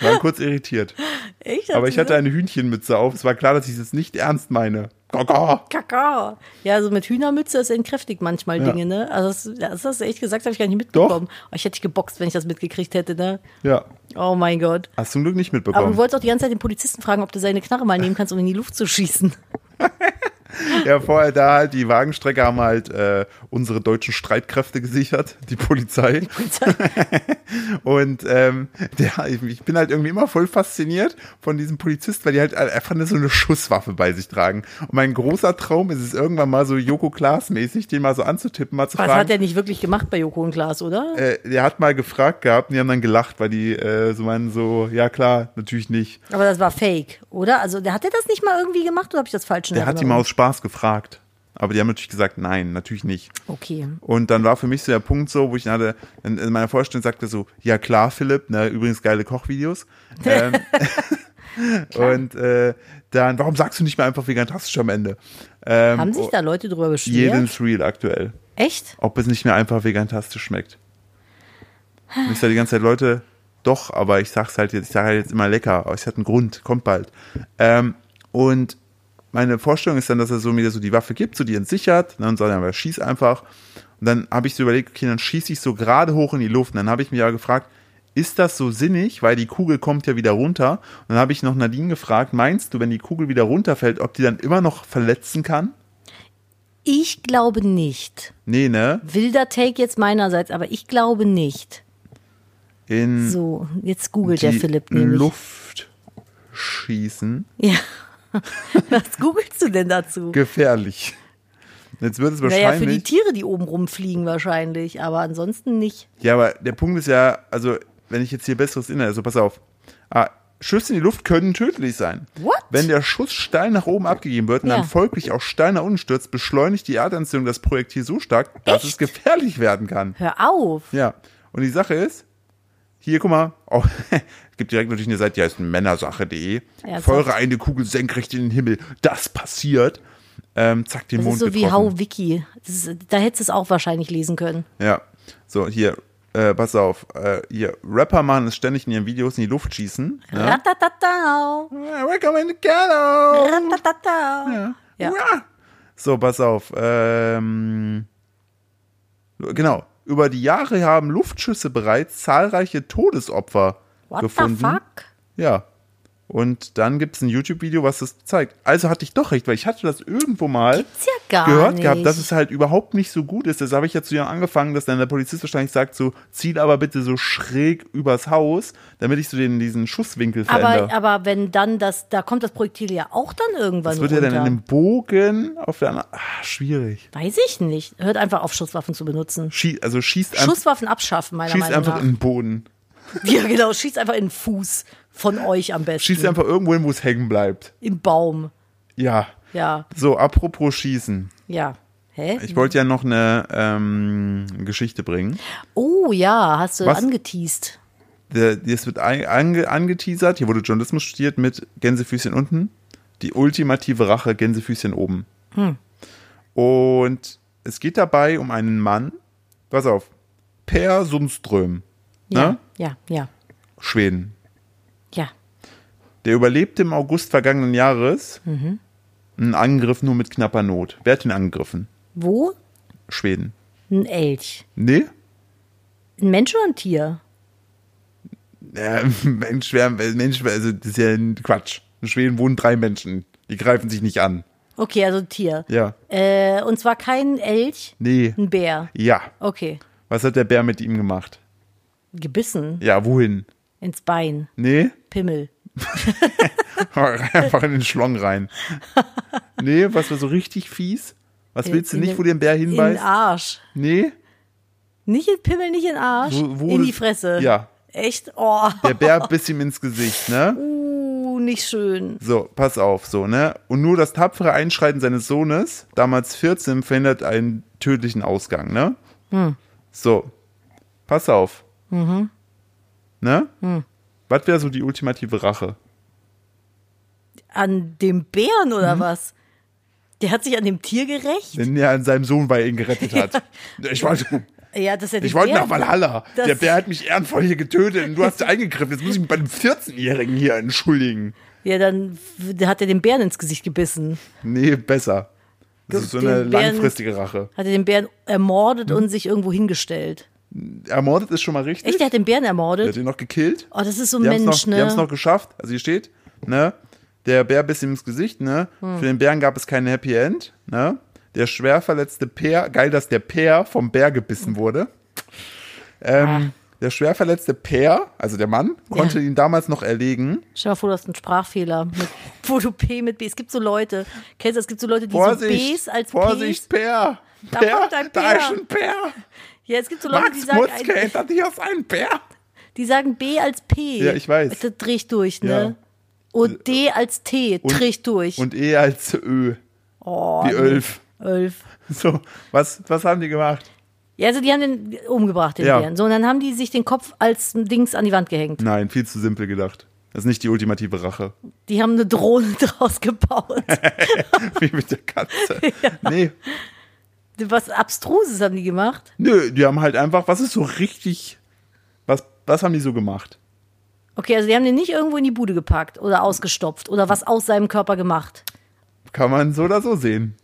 Speaker 1: Waren kurz irritiert.
Speaker 2: Echt?
Speaker 1: Aber ich hatte eine Hühnchenmütze auf. Es war klar, dass ich es jetzt nicht ernst meine. Kaka.
Speaker 2: Kakao. Ja, so mit Hühnermütze, das entkräftigt manchmal
Speaker 1: Ja.
Speaker 2: Dinge, ne? Also, das, das hast du echt gesagt, habe ich gar nicht mitbekommen. Oh, ich hätte dich geboxt, wenn ich das mitgekriegt hätte, ne?
Speaker 1: Ja.
Speaker 2: Oh mein Gott.
Speaker 1: Hast du zum Glück nicht
Speaker 2: Aber du
Speaker 1: mitbekommen.
Speaker 2: wolltest auch die ganze Zeit den Polizisten fragen, ob du seine Knarre mal nehmen kannst, um in die Luft zu schießen.
Speaker 1: Ja, vorher da halt, die Wagenstrecke haben halt äh, unsere deutschen Streitkräfte gesichert, die Polizei. Und ähm, der, ich bin halt irgendwie immer voll fasziniert von diesem Polizist, weil die halt einfach nur so eine Schusswaffe bei sich tragen. Und mein großer Traum ist es, irgendwann mal so Joko Klaas-mäßig, den mal so anzutippen, mal zu
Speaker 2: Was hat
Speaker 1: fragen.
Speaker 2: er nicht wirklich gemacht bei Joko und Klaas, oder?
Speaker 1: äh, der hat mal gefragt gehabt und die haben dann gelacht, weil die äh, so meinen so, ja klar, natürlich nicht.
Speaker 2: Aber das war fake, oder? Also, der- hat er das nicht mal irgendwie gemacht oder habe ich das falsch in
Speaker 1: Der hat die mal
Speaker 2: Erinnerung?
Speaker 1: aus Spaß gefragt. Aber die haben natürlich gesagt, nein, natürlich nicht.
Speaker 2: Okay.
Speaker 1: Und dann war für mich so der Punkt so, wo ich dann hatte, in, in meiner Vorstellung sagte so, ja klar, Philipp, ne, übrigens geile Kochvideos. Ähm, und äh, dann, warum sagst du nicht mehr einfach vegantastisch am Ende? Ähm,
Speaker 2: Haben sich da Leute drüber beschwert?
Speaker 1: jeden ist real aktuell.
Speaker 2: Echt?
Speaker 1: Ob es nicht mehr einfach vegantastisch schmeckt. Und ich sage die ganze Zeit, Leute, doch, aber ich sag's halt jetzt, ich sage halt jetzt immer lecker, aber es hat einen Grund, kommt bald. Ähm, und meine Vorstellung ist dann, dass er so mir so die Waffe gibt, so die entsichert, ne, und sagt, aber schieß einfach. Und dann habe ich so überlegt, okay, dann schieße ich so gerade hoch in die Luft. Und dann habe ich mich ja gefragt, ist das so sinnig, weil die Kugel kommt ja wieder runter. Und dann habe ich noch Nadine gefragt, meinst du, wenn die Kugel wieder runterfällt, ob die dann immer noch verletzen kann?
Speaker 2: Ich glaube nicht.
Speaker 1: Nee, ne?
Speaker 2: Wilder Take jetzt meinerseits, aber ich glaube nicht.
Speaker 1: In
Speaker 2: So, jetzt googelt der
Speaker 1: die
Speaker 2: Philipp nämlich.
Speaker 1: Luft schießen.
Speaker 2: Ja. Was googelst du denn dazu?
Speaker 1: Gefährlich. Jetzt wird es
Speaker 2: Naja, für die
Speaker 1: wahrscheinlich.
Speaker 2: Tiere, die oben rumfliegen wahrscheinlich, aber ansonsten nicht.
Speaker 1: ja, aber der Punkt ist ja, also, wenn ich jetzt hier besseres Inhalt, also pass auf. Ah, Schüsse in die Luft können tödlich sein.
Speaker 2: What?
Speaker 1: Wenn der Schuss steil nach oben abgegeben wird und
Speaker 2: Ja.
Speaker 1: dann folglich auch steil nach unten stürzt, beschleunigt die Erdanziehung das Projektil so stark, dass es gefährlich werden kann.
Speaker 2: Hör auf.
Speaker 1: Ja. Und die Sache ist, hier, guck mal, oh, es gibt direkt natürlich eine Seite, die heißt männersache.de.
Speaker 2: Ernsthaft?
Speaker 1: Feuere eine Kugel senkrecht in den Himmel. Das passiert. Ähm, zack, den
Speaker 2: Das
Speaker 1: Mond
Speaker 2: ist so wie
Speaker 1: getroffen.
Speaker 2: How Wiki. Das ist, da hättest du es auch wahrscheinlich lesen können.
Speaker 1: Ja. So, hier, äh, pass auf. Äh, hier, Rapper machen es ständig in ihren Videos in die Luft schießen. Ja.
Speaker 2: Ratatatau.
Speaker 1: I recommend the ghetto.
Speaker 2: Ratatatau. Ja.
Speaker 1: Hurra! So, pass auf. Ähm, genau. Über die Jahre haben Luftschüsse bereits zahlreiche Todesopfer
Speaker 2: What
Speaker 1: gefunden.
Speaker 2: the fuck?
Speaker 1: Ja. Und dann gibt es ein YouTube-Video, was das zeigt. Also hatte ich doch recht, weil ich hatte das irgendwo mal
Speaker 2: Gibt's ja gar
Speaker 1: gehört
Speaker 2: nicht.
Speaker 1: gehabt, dass es halt überhaupt nicht so gut ist. Das habe ich ja zu Jan angefangen, dass dann der Polizist wahrscheinlich sagt, so ziel aber bitte so schräg übers Haus, damit ich so den, diesen Schusswinkel verändere.
Speaker 2: aber, äh, aber wenn dann das, da kommt das Projektil ja auch dann irgendwann
Speaker 1: das wird ja
Speaker 2: runter.
Speaker 1: dann in einem Bogen auf der anderen. Ah, schwierig.
Speaker 2: Weiß ich nicht. Hört einfach auf, Schusswaffen zu benutzen.
Speaker 1: Schie also schießt, ein
Speaker 2: Schusswaffen abschaffen, meiner
Speaker 1: schießt
Speaker 2: Meinung
Speaker 1: einfach
Speaker 2: nach.
Speaker 1: in den Boden.
Speaker 2: Ja, genau. Schießt einfach in den Fuß von euch am besten.
Speaker 1: Schießt einfach irgendwo hin, wo es hängen bleibt.
Speaker 2: Im Baum.
Speaker 1: Ja.
Speaker 2: Ja,
Speaker 1: So, apropos Schießen.
Speaker 2: ja. Hä?
Speaker 1: Ich wollte ja noch eine ähm, Geschichte bringen.
Speaker 2: oh ja, hast du
Speaker 1: Was?
Speaker 2: angeteased.
Speaker 1: Der- Es wird ein- ange, angeteasert, hier wurde Journalismus studiert mit Gänsefüßchen unten, die ultimative Rache Gänsefüßchen oben. Und es geht dabei um einen Mann, pass auf, Per Sundström,
Speaker 2: Ja,
Speaker 1: ne?
Speaker 2: ja, ja,
Speaker 1: Schweden.
Speaker 2: ja.
Speaker 1: Der überlebte im August vergangenen Jahres einen Angriff nur mit knapper Not. Wer hat ihn angegriffen?
Speaker 2: Wo?
Speaker 1: Schweden.
Speaker 2: Ein Elch.
Speaker 1: Nee?
Speaker 2: Ein Mensch oder ein Tier?
Speaker 1: Ja, Mensch, wer, Mensch, wer- also das ist ja ein Quatsch. In Schweden wohnen drei Menschen. Die greifen sich nicht an.
Speaker 2: Okay, also ein Tier.
Speaker 1: Ja.
Speaker 2: Äh, und zwar kein Elch,
Speaker 1: Nee.
Speaker 2: ein Bär.
Speaker 1: Ja.
Speaker 2: Okay.
Speaker 1: Was hat der Bär mit ihm gemacht?
Speaker 2: Gebissen
Speaker 1: Ja, wohin?
Speaker 2: ins Bein.
Speaker 1: Nee?
Speaker 2: Pimmel.
Speaker 1: Einfach in den Schlong rein. Nee, was war so richtig fies? Was willst du
Speaker 2: In
Speaker 1: nicht,
Speaker 2: den-
Speaker 1: wo dir ein Bär
Speaker 2: In den
Speaker 1: hinweist?
Speaker 2: Arsch.
Speaker 1: Nee?
Speaker 2: Nicht in Pimmel, nicht in den Arsch.
Speaker 1: Wo- wo
Speaker 2: in die
Speaker 1: das-
Speaker 2: Fresse.
Speaker 1: Ja.
Speaker 2: Echt? Oh,
Speaker 1: Der Bär biss ihm ins Gesicht, ne?
Speaker 2: uh, nicht schön.
Speaker 1: So, pass auf, so, ne? Und nur das tapfere Einschreiten seines Sohnes, damals 14, verhindert einen tödlichen Ausgang, ne?
Speaker 2: Hm.
Speaker 1: So, pass auf.
Speaker 2: Mhm.
Speaker 1: Ne?
Speaker 2: Hm.
Speaker 1: Was wäre so die ultimative Rache?
Speaker 2: An dem Bären
Speaker 1: Mhm.
Speaker 2: oder was? Der hat sich an dem Tier gerecht?
Speaker 1: Wenn er an seinem Sohn bei ihm gerettet hat. Ich wollte.
Speaker 2: Ja, das ist ja die
Speaker 1: Ich wollte nach
Speaker 2: Bären-
Speaker 1: Valhalla.
Speaker 2: Das-
Speaker 1: Der Bär hat mich ehrenvoll hier getötet und du hast eingegriffen. Jetzt muss ich mich bei dem 14-Jährigen hier entschuldigen.
Speaker 2: Ja, dann w- hat er den Bären ins Gesicht gebissen.
Speaker 1: Nee, besser. Das ist so
Speaker 2: Den
Speaker 1: eine
Speaker 2: Bären-
Speaker 1: langfristige Rache.
Speaker 2: Hat er den Bären ermordet
Speaker 1: Mhm.
Speaker 2: und sich irgendwo hingestellt.
Speaker 1: Ermordet ist schon mal richtig.
Speaker 2: Echt, der hat den Bären
Speaker 1: Der hat
Speaker 2: ermordet?
Speaker 1: ihn noch gekillt.
Speaker 2: Oh, das ist so ein
Speaker 1: Die haben es
Speaker 2: Mensch,
Speaker 1: noch, die haben's
Speaker 2: ne?
Speaker 1: noch geschafft. Also hier steht, ne? Der Bär biss ihm ins Gesicht, ne?
Speaker 2: Hm.
Speaker 1: Für den Bären gab es kein Happy End, ne? Der schwer verletzte Peer, geil, dass der Peer vom Bär gebissen wurde.
Speaker 2: Ah.
Speaker 1: Ähm, Der schwer verletzte Peer, also der Mann, konnte ihn damals noch erlegen.
Speaker 2: Stell dir mal vor, du hast einen Sprachfehler. Mit, wo du P mit B. Es gibt so Leute. Kennst du, es gibt so Leute, die so Bs als
Speaker 1: Vorsicht,
Speaker 2: Ps.
Speaker 1: Peer.
Speaker 2: Da
Speaker 1: Peer,
Speaker 2: kommt ein
Speaker 1: Da
Speaker 2: Peer.
Speaker 1: ist ein Peer.
Speaker 2: Ja, es gibt so Leute, die
Speaker 1: Max
Speaker 2: sagen,
Speaker 1: Mutzke,
Speaker 2: ein,
Speaker 1: hinter dir ist ein Peer.
Speaker 2: die sagen B als P.
Speaker 1: Ja, ich weiß. Äh,
Speaker 2: Das dreh ich durch, ne? Und D als T, dreh ich durch.
Speaker 1: Und E als Ö,
Speaker 2: oh,
Speaker 1: die Ölf.
Speaker 2: Elf.
Speaker 1: So, was, was haben die gemacht?
Speaker 2: Ja, also die haben den umgebracht, den
Speaker 1: Ja.
Speaker 2: Bären. So, und dann haben die sich den Kopf als ein Dings an die Wand gehängt.
Speaker 1: Nein, viel zu simpel gedacht. Das ist nicht die ultimative Rache.
Speaker 2: Die haben eine Drohne draus gebaut.
Speaker 1: Wie mit der Katze. Nee.
Speaker 2: Was Abstruses haben die gemacht.
Speaker 1: Nö, die haben halt einfach, was ist so richtig, was, was haben die so gemacht?
Speaker 2: Okay, also die haben den nicht irgendwo in die Bude gepackt oder ausgestopft oder was aus seinem Körper gemacht.
Speaker 1: Kann man so oder so sehen.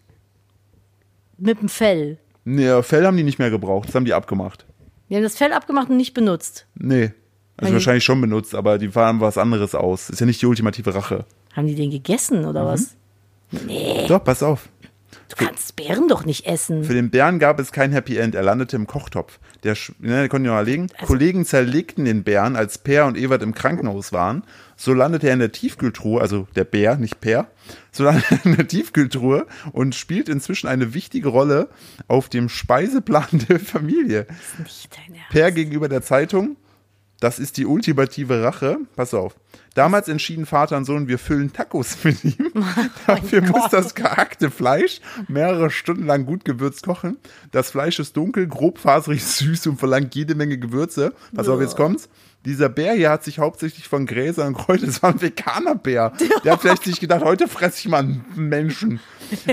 Speaker 2: Mit dem Fell.
Speaker 1: Nee, Fell haben die nicht mehr gebraucht, das haben die abgemacht.
Speaker 2: Die haben das Fell abgemacht und nicht benutzt.
Speaker 1: Nee. Also
Speaker 2: Okay.
Speaker 1: wahrscheinlich schon benutzt, aber die waren was anderes aus. Ist ja nicht die ultimative Rache.
Speaker 2: Haben die den gegessen
Speaker 1: Mhm.
Speaker 2: oder was?
Speaker 1: Doch, pass auf.
Speaker 2: Du kannst Bären doch nicht essen.
Speaker 1: Für den Bären gab es kein Happy End, er landete im Kochtopf. Der, Sch- ne, der konnte ihn noch erlegen. Kollegen zerlegten den Bären, als Per und Ewert im Krankenhaus waren. So landete er in der Tiefkühltruhe, also der Bär, nicht Per, so landete er in der Tiefkühltruhe und spielt inzwischen eine wichtige Rolle auf dem Speiseplan der Familie.
Speaker 2: Nicht dein Ernst.
Speaker 1: Per gegenüber der Zeitung. Das ist die ultimative Rache. Pass auf. Damals entschieden Vater und Sohn, wir füllen Tacos mit ihm. Dafür muss
Speaker 2: Gott.
Speaker 1: das gehackte Fleisch mehrere Stunden lang gut gewürzt kochen. Das Fleisch ist dunkel, grobfaserig, süß und verlangt jede Menge Gewürze. Pass auf, jetzt kommt's. Dieser Bär hier hat sich hauptsächlich von Gräsern und Kräutern, das war ein Veganerbär. Der hat vielleicht sich gedacht, heute fresse ich mal einen Menschen.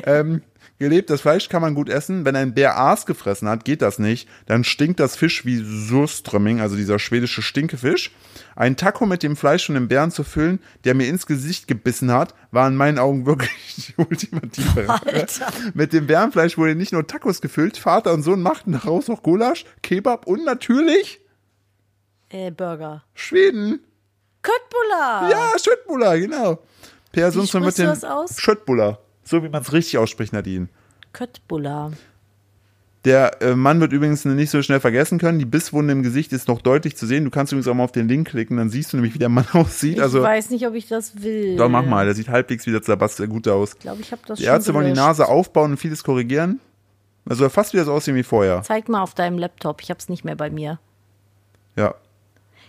Speaker 1: Ähm, gelebt, das Fleisch kann man gut essen. Wenn ein Bär Aas gefressen hat, geht das nicht. Dann stinkt das Fisch wie Surströmming, also dieser schwedische Stinkefisch. Ein Taco mit dem Fleisch von dem Bären zu füllen, der mir ins Gesicht gebissen hat, war in meinen Augen wirklich die ultimative Rache.
Speaker 2: Alter.
Speaker 1: Mit dem Bärenfleisch wurde nicht nur Tacos gefüllt, Vater und Sohn machten daraus noch Gulasch, Kebab und natürlich
Speaker 2: Äh, Burger.
Speaker 1: Schweden.
Speaker 2: Köttbullar!
Speaker 1: Ja, Schöttbuller, genau. Per
Speaker 2: Wie
Speaker 1: Sundström mit
Speaker 2: sprichst du
Speaker 1: dem
Speaker 2: das aus?
Speaker 1: Schöttbuller. So wie man es richtig ausspricht, Nadine.
Speaker 2: Köttbullar.
Speaker 1: Der äh, Mann wird übrigens nicht so schnell vergessen können. Die Bisswunde im Gesicht ist noch deutlich zu sehen. Du kannst übrigens auch mal auf den Link klicken, dann siehst du nämlich, wie der Mann aussieht.
Speaker 2: Ich
Speaker 1: Also,
Speaker 2: weiß nicht, ob ich das will.
Speaker 1: doch, mach mal. Der sieht halbwegs wieder Sebastian gut aus.
Speaker 2: Ich glaube, ich habe das
Speaker 1: Die
Speaker 2: schon
Speaker 1: Ärzte wollen die
Speaker 2: gelöscht.
Speaker 1: Nase aufbauen und vieles korrigieren. Also soll fast wieder so aussehen wie vorher.
Speaker 2: Zeig mal auf deinem Laptop. Ich habe es nicht mehr bei mir.
Speaker 1: Ja.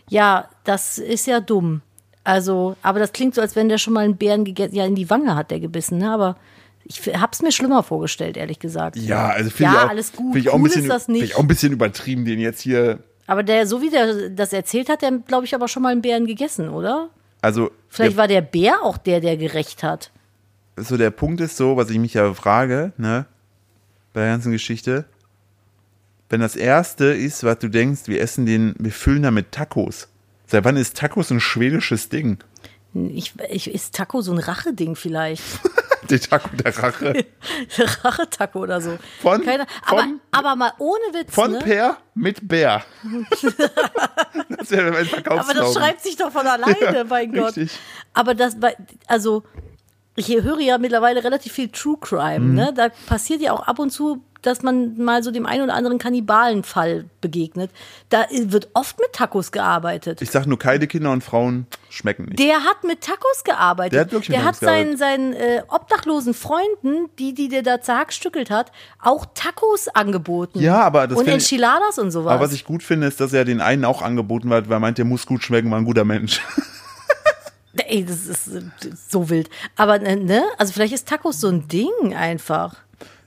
Speaker 2: Ja, das ist ja dumm. Also, aber das klingt so, als wenn der schon mal einen Bären gegessen, ja, in die Wange hat der gebissen, ne? Aber ich f- hab's mir schlimmer vorgestellt, ehrlich gesagt.
Speaker 1: Ja, also finde ich
Speaker 2: Ja,
Speaker 1: auch,
Speaker 2: alles gut.
Speaker 1: Find ich auch ein
Speaker 2: Cool
Speaker 1: bisschen,
Speaker 2: ist das
Speaker 1: find
Speaker 2: nicht.
Speaker 1: Ich auch ein bisschen übertrieben, den jetzt hier.
Speaker 2: Aber der, so wie der das erzählt hat, der, glaube ich, aber schon mal einen Bären gegessen, oder?
Speaker 1: Also
Speaker 2: Vielleicht
Speaker 1: der,
Speaker 2: war der Bär auch der, der gerecht hat.
Speaker 1: so der Punkt ist so, was ich mich ja frage, ne, bei der ganzen Geschichte. Wenn das erste ist, was du denkst, wir essen den, wir füllen damit Tacos. Seit wann ist Tacos ein schwedisches Ding?
Speaker 2: Ich, ich, ist Taco so ein Racheding vielleicht?
Speaker 1: Der Taco der Rache.
Speaker 2: ne? Rachetaco oder so.
Speaker 1: Von-
Speaker 2: Keine, aber,
Speaker 1: von-
Speaker 2: aber mal ohne Witz,
Speaker 1: Von
Speaker 2: ne?
Speaker 1: Pear mit Bär. das wäre mein Verkaufslogan.
Speaker 2: Aber das schreibt sich doch von alleine,
Speaker 1: Ja,
Speaker 2: mein Gott.
Speaker 1: richtig.
Speaker 2: Aber das, bei- also ich höre ja mittlerweile relativ viel True Crime.
Speaker 1: Mhm.
Speaker 2: Ne? Da passiert ja auch ab und zu, dass man mal so dem einen oder anderen Kannibalenfall begegnet. Da wird oft mit Tacos gearbeitet.
Speaker 1: Ich sag nur, keine Kinder und Frauen schmecken nicht.
Speaker 2: Der hat mit Tacos gearbeitet.
Speaker 1: Der hat wirklich mit
Speaker 2: der hat
Speaker 1: Tacos
Speaker 2: seinen, seinen äh, obdachlosen Freunden, die, die der da zerhackstückelt hat, auch Tacos angeboten.
Speaker 1: Ja, aber das
Speaker 2: Und
Speaker 1: find ich-
Speaker 2: Enchiladas und sowas.
Speaker 1: Aber was ich gut finde, ist, dass er den einen auch angeboten hat, weil er meint, der muss gut schmecken, war ein guter Mensch.
Speaker 2: Ey, das ist äh, so wild. Aber, äh, ne? Also vielleicht ist Tacos so ein Ding einfach.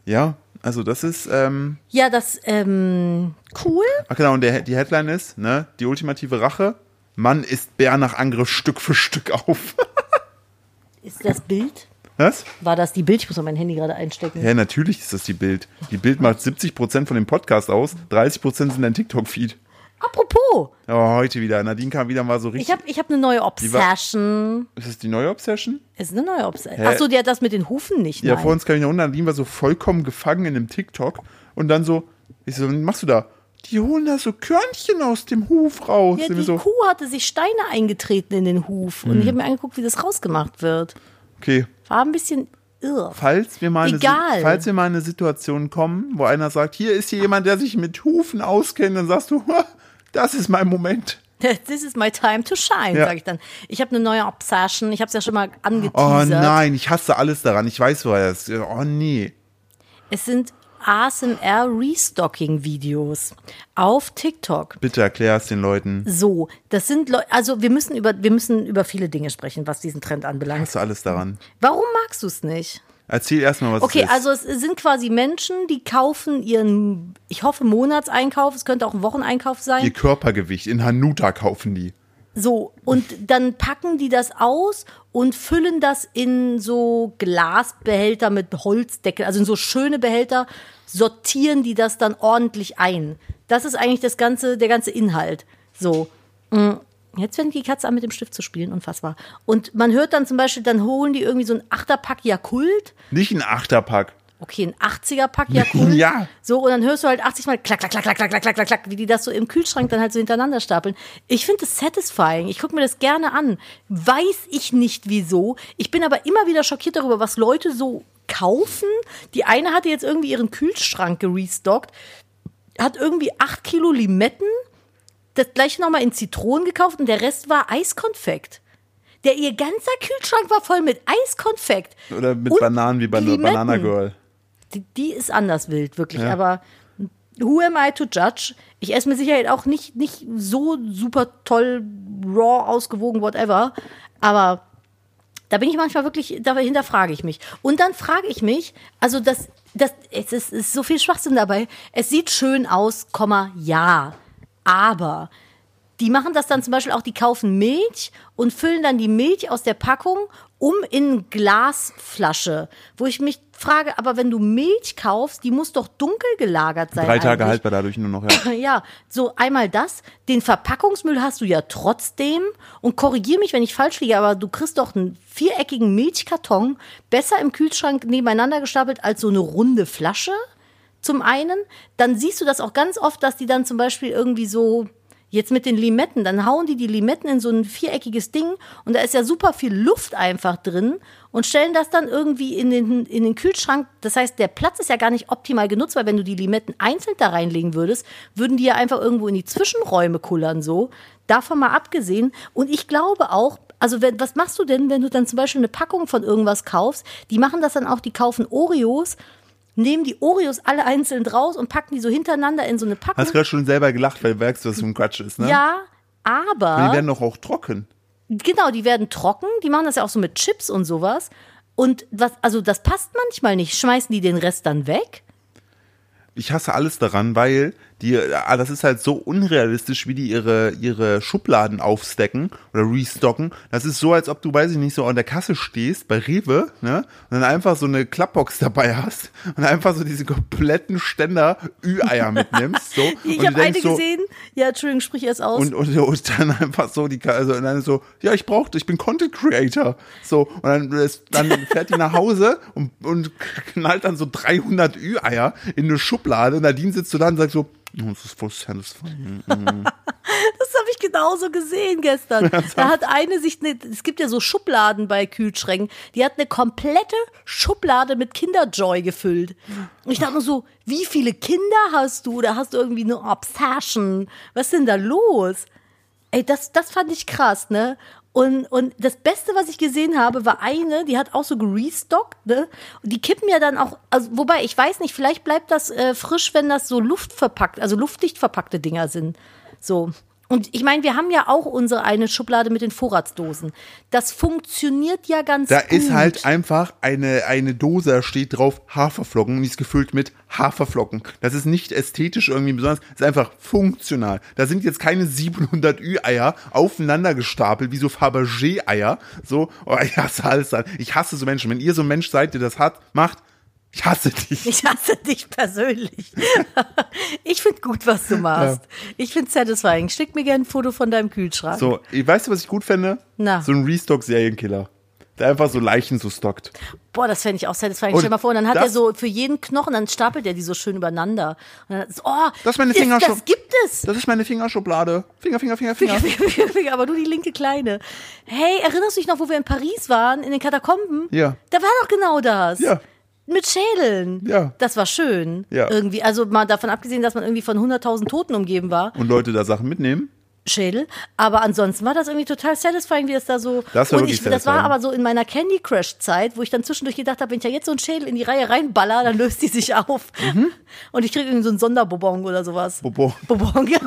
Speaker 1: ja, also das ist, ähm,
Speaker 2: Ja, das, ähm, cool.
Speaker 1: ach genau, und der, die Headline ist, ne, die ultimative Rache, Mann isst Bär nach Angriff Stück für Stück auf.
Speaker 2: Ist das Bild?
Speaker 1: Was?
Speaker 2: War das die Bild? Ich muss mal mein Handy gerade einstecken.
Speaker 1: Ja, natürlich ist das die Bild. Die Bild macht 70% von dem Podcast aus, 30% sind dein TikTok-Feed.
Speaker 2: Apropos,
Speaker 1: Aber heute wieder. Nadine kam wieder mal so richtig.
Speaker 2: ich habe ich hab eine neue
Speaker 1: war-
Speaker 2: Obsession.
Speaker 1: ist das die neue Obsession?
Speaker 2: Ist eine neue Obsession. Achso, die hat das mit den Hufen nicht.
Speaker 1: Ja,
Speaker 2: nein.
Speaker 1: vor uns kam ich noch unten, Nadine war so vollkommen gefangen in dem TikTok und dann so, ich so, was machst du da? Die holen da so Körnchen aus dem Huf raus.
Speaker 2: Ja,
Speaker 1: Sind
Speaker 2: die
Speaker 1: wir so,
Speaker 2: Kuh hatte sich Steine eingetreten in den Huf.
Speaker 1: Hm.
Speaker 2: Und ich habe mir angeguckt, wie das rausgemacht wird.
Speaker 1: okay,
Speaker 2: War ein bisschen irr.
Speaker 1: falls wir, mal eine,
Speaker 2: Egal.
Speaker 1: falls wir mal in eine Situation kommen, wo einer sagt, hier ist hier jemand, der sich mit Hufen auskennt, dann sagst du, "Ha, das ist mein Moment.
Speaker 2: This is my time to shine,
Speaker 1: Ja.
Speaker 2: sage ich dann. Ich habe eine neue Obsession. Ich habe es ja schon mal angeteasert.
Speaker 1: Oh nein, ich hasse alles daran. Ich weiß, woher das ist. Oh nee.
Speaker 2: Es sind ASMR Restocking Videos auf TikTok.
Speaker 1: Bitte erklär es den Leuten.
Speaker 2: So, das sind Leute, also wir müssen über wir müssen über viele Dinge sprechen, was diesen Trend anbelangt.
Speaker 1: Hast du alles daran?
Speaker 2: Warum magst du es nicht?
Speaker 1: Erzähl erstmal, was
Speaker 2: Okay,
Speaker 1: es ist.
Speaker 2: also es sind quasi Menschen, die kaufen ihren, ich hoffe, Monatseinkauf, es könnte auch ein Wocheneinkauf sein.
Speaker 1: Ihr Körpergewicht. In Hanuta kaufen die.
Speaker 2: So, und dann packen die das aus und füllen das in so Glasbehälter mit Holzdeckel, also in so schöne Behälter, sortieren die das dann ordentlich ein. Das ist eigentlich das ganze, der ganze Inhalt. So. Mm. Jetzt fängt die Katze an, mit dem Stift zu spielen, unfassbar. Und man hört dann zum Beispiel, dann holen die irgendwie so ein Achterpack Jakult.
Speaker 1: Nicht ein Achterpack.
Speaker 2: Okay, ein 80er-Pack Jakult.
Speaker 1: Ja.
Speaker 2: So, und dann hörst du halt 80 Mal klack, klack, klack, klack, klack, klack, klack, klack, klack, wie die das so im Kühlschrank dann halt so hintereinander stapeln. Ich finde das satisfying. Ich gucke mir das gerne an. Weiß ich nicht wieso. Ich bin aber immer wieder schockiert darüber, was Leute so kaufen. Die eine hatte jetzt irgendwie ihren Kühlschrank gerestockt, hat irgendwie 8 Kilo Limetten, das gleiche nochmal in Zitronen gekauft und der Rest war Eiskonfekt. Der ihr ganzer Kühlschrank war voll mit Eiskonfekt.
Speaker 1: Oder mit
Speaker 2: und
Speaker 1: Bananen wie Ban
Speaker 2: Limetten
Speaker 1: Banana Girl.
Speaker 2: die, die ist anders wild, wirklich. Aber who am I to judge? Ich esse mit Sicherheit auch nicht, nicht so super toll, raw, ausgewogen, whatever. Aber da bin ich manchmal wirklich, dahinter frage ich mich. Und dann frage ich mich, also das, das, es ist, ist so viel Schwachsinn dabei. Es sieht schön aus, Komma, ja. Aber die machen das dann zum Beispiel auch, die kaufen Milch und füllen dann die Milch aus der Packung um in Glasflasche. Wo ich mich frage, aber wenn du Milch kaufst, die muss doch dunkel gelagert sein.
Speaker 1: Drei Tage
Speaker 2: eigentlich.
Speaker 1: haltbar dadurch nur noch. Ja.
Speaker 2: Ja, so einmal das. Den Verpackungsmüll hast du ja trotzdem. Und korrigier mich, wenn ich falsch liege, aber du kriegst doch einen viereckigen Milchkarton besser im Kühlschrank nebeneinander gestapelt als so eine runde Flasche. Zum einen. Dann siehst du das auch ganz oft, dass die dann zum Beispiel irgendwie so. Jetzt mit den Limetten, dann hauen die die Limetten in so ein viereckiges Ding und da ist ja super viel Luft einfach drin und stellen das dann irgendwie in den, in den Kühlschrank. Das heißt, der Platz ist ja gar nicht optimal genutzt, weil wenn du die Limetten einzeln da reinlegen würdest, würden die ja einfach irgendwo in die Zwischenräume kullern so. Davon mal abgesehen. Und ich glaube auch, also wenn, was machst du denn, wenn du dann zum Beispiel eine Packung von irgendwas kaufst? Die machen das dann auch, die kaufen Oreos, nehmen die Oreos alle einzeln raus und packen die so hintereinander in so eine Packung.
Speaker 1: Hast gerade schon selber gelacht, weil du merkst, was für ein Quatsch ist, ne?
Speaker 2: ja,
Speaker 1: Die
Speaker 2: aber.
Speaker 1: werden doch auch trocken.
Speaker 2: Genau, die werden trocken, die machen das ja auch so mit Chips und sowas. Und was, also das passt manchmal nicht. Schmeißen die den Rest dann weg?
Speaker 1: Ich hasse alles daran, weil die, ah, das ist halt so unrealistisch, wie die ihre, ihre Schubladen aufstecken oder restocken. Das ist so, als ob du, weiß ich nicht, so an der Kasse stehst bei Rewe, ne? Und dann einfach so eine Klappbox dabei hast und einfach so diese kompletten Ständer Ü-Eier mitnimmst. So, und
Speaker 2: Ich
Speaker 1: du
Speaker 2: habe eine
Speaker 1: denkst so,
Speaker 2: gesehen. Ja, Entschuldigung, sprich erst aus.
Speaker 1: und, und, und dann einfach so die Ka- also und dann so ja ich brauchte ich bin Content Creator so und dann, ist- dann fährt die nach Hause und, und knallt dann so 300 Ü-Eier in eine Schublade und Nadine sitzt so da und sagt so "Oh, das ist voll satisfying
Speaker 2: das habe ich genauso gesehen gestern. Da hat eine sich, ne, es gibt ja so Schubladen bei Kühlschränken, die hat eine komplette Schublade mit Kinderjoy gefüllt. Und ich dachte nur so, wie viele Kinder hast du? Oder hast du irgendwie eine Obsession? Was ist denn da los? Ey, das, das fand ich krass, ne? Und, und das Beste, was ich gesehen habe, war eine, die hat auch so gerestockt, ne? Und die kippen ja dann auch, also, wobei, ich weiß nicht, vielleicht bleibt das äh, frisch, wenn das so luftverpackt, also luftdicht verpackte Dinger sind. So. Und ich meine, wir haben ja auch unsere eine Schublade mit den Vorratsdosen. Das funktioniert ja ganz
Speaker 1: Da
Speaker 2: gut.
Speaker 1: ist halt einfach eine, eine Dose, da steht drauf Haferflocken und die ist gefüllt mit Haferflocken. Das ist nicht ästhetisch irgendwie besonders, das ist einfach funktional. Da sind jetzt keine 700 Ü-Eier aufeinander gestapelt, wie so Fabergé-Eier. So, oh, ich hasse alles dann. Ich hasse so Menschen. Wenn ihr so ein Mensch seid, der das hat, macht, ich hasse dich.
Speaker 2: Ich hasse dich persönlich. ich finde gut, was du machst. Ich finde satisfying. Schick mir gerne ein Foto von deinem Kühlschrank.
Speaker 1: So, ich- weißt du, was ich gut fände?
Speaker 2: Na.
Speaker 1: So ein Restock-Serienkiller. Der einfach so Leichen so stockt.
Speaker 2: Boah, das fände ich auch satisfying.
Speaker 1: Und
Speaker 2: Stell dir mal vor, und dann hat
Speaker 1: das-
Speaker 2: er so für jeden Knochen, dann stapelt er die so schön übereinander. Und dann, oh,
Speaker 1: Das ist meine
Speaker 2: ist,
Speaker 1: Fingerschu-
Speaker 2: das gibt es.
Speaker 1: Das ist meine Fingerschublade. Finger, Finger, Finger, Finger.
Speaker 2: Aber du die linke Kleine. Hey, erinnerst du dich noch, wo wir in Paris waren, in den Katakomben?
Speaker 1: Ja.
Speaker 2: Da war doch genau das.
Speaker 1: Ja.
Speaker 2: Mit Schädeln.
Speaker 1: Ja.
Speaker 2: Das war schön.
Speaker 1: Ja.
Speaker 2: Irgendwie, also mal davon abgesehen, dass man irgendwie von 100.000 Toten umgeben war.
Speaker 1: Und Leute da Sachen mitnehmen.
Speaker 2: Schädel. Aber ansonsten war das irgendwie total satisfying, wie das da so.
Speaker 1: Das war
Speaker 2: und
Speaker 1: wirklich
Speaker 2: ich, das war
Speaker 1: satisfying.
Speaker 2: aber so in meiner Candy Crush Zeit, wo ich dann zwischendurch gedacht habe, wenn ich ja jetzt so einen Schädel in die Reihe reinballer, dann löst die sich auf. Und ich kriege irgendwie so einen Sonderbobon oder sowas.
Speaker 1: Mhm. Bobon.
Speaker 2: Bobon, ja.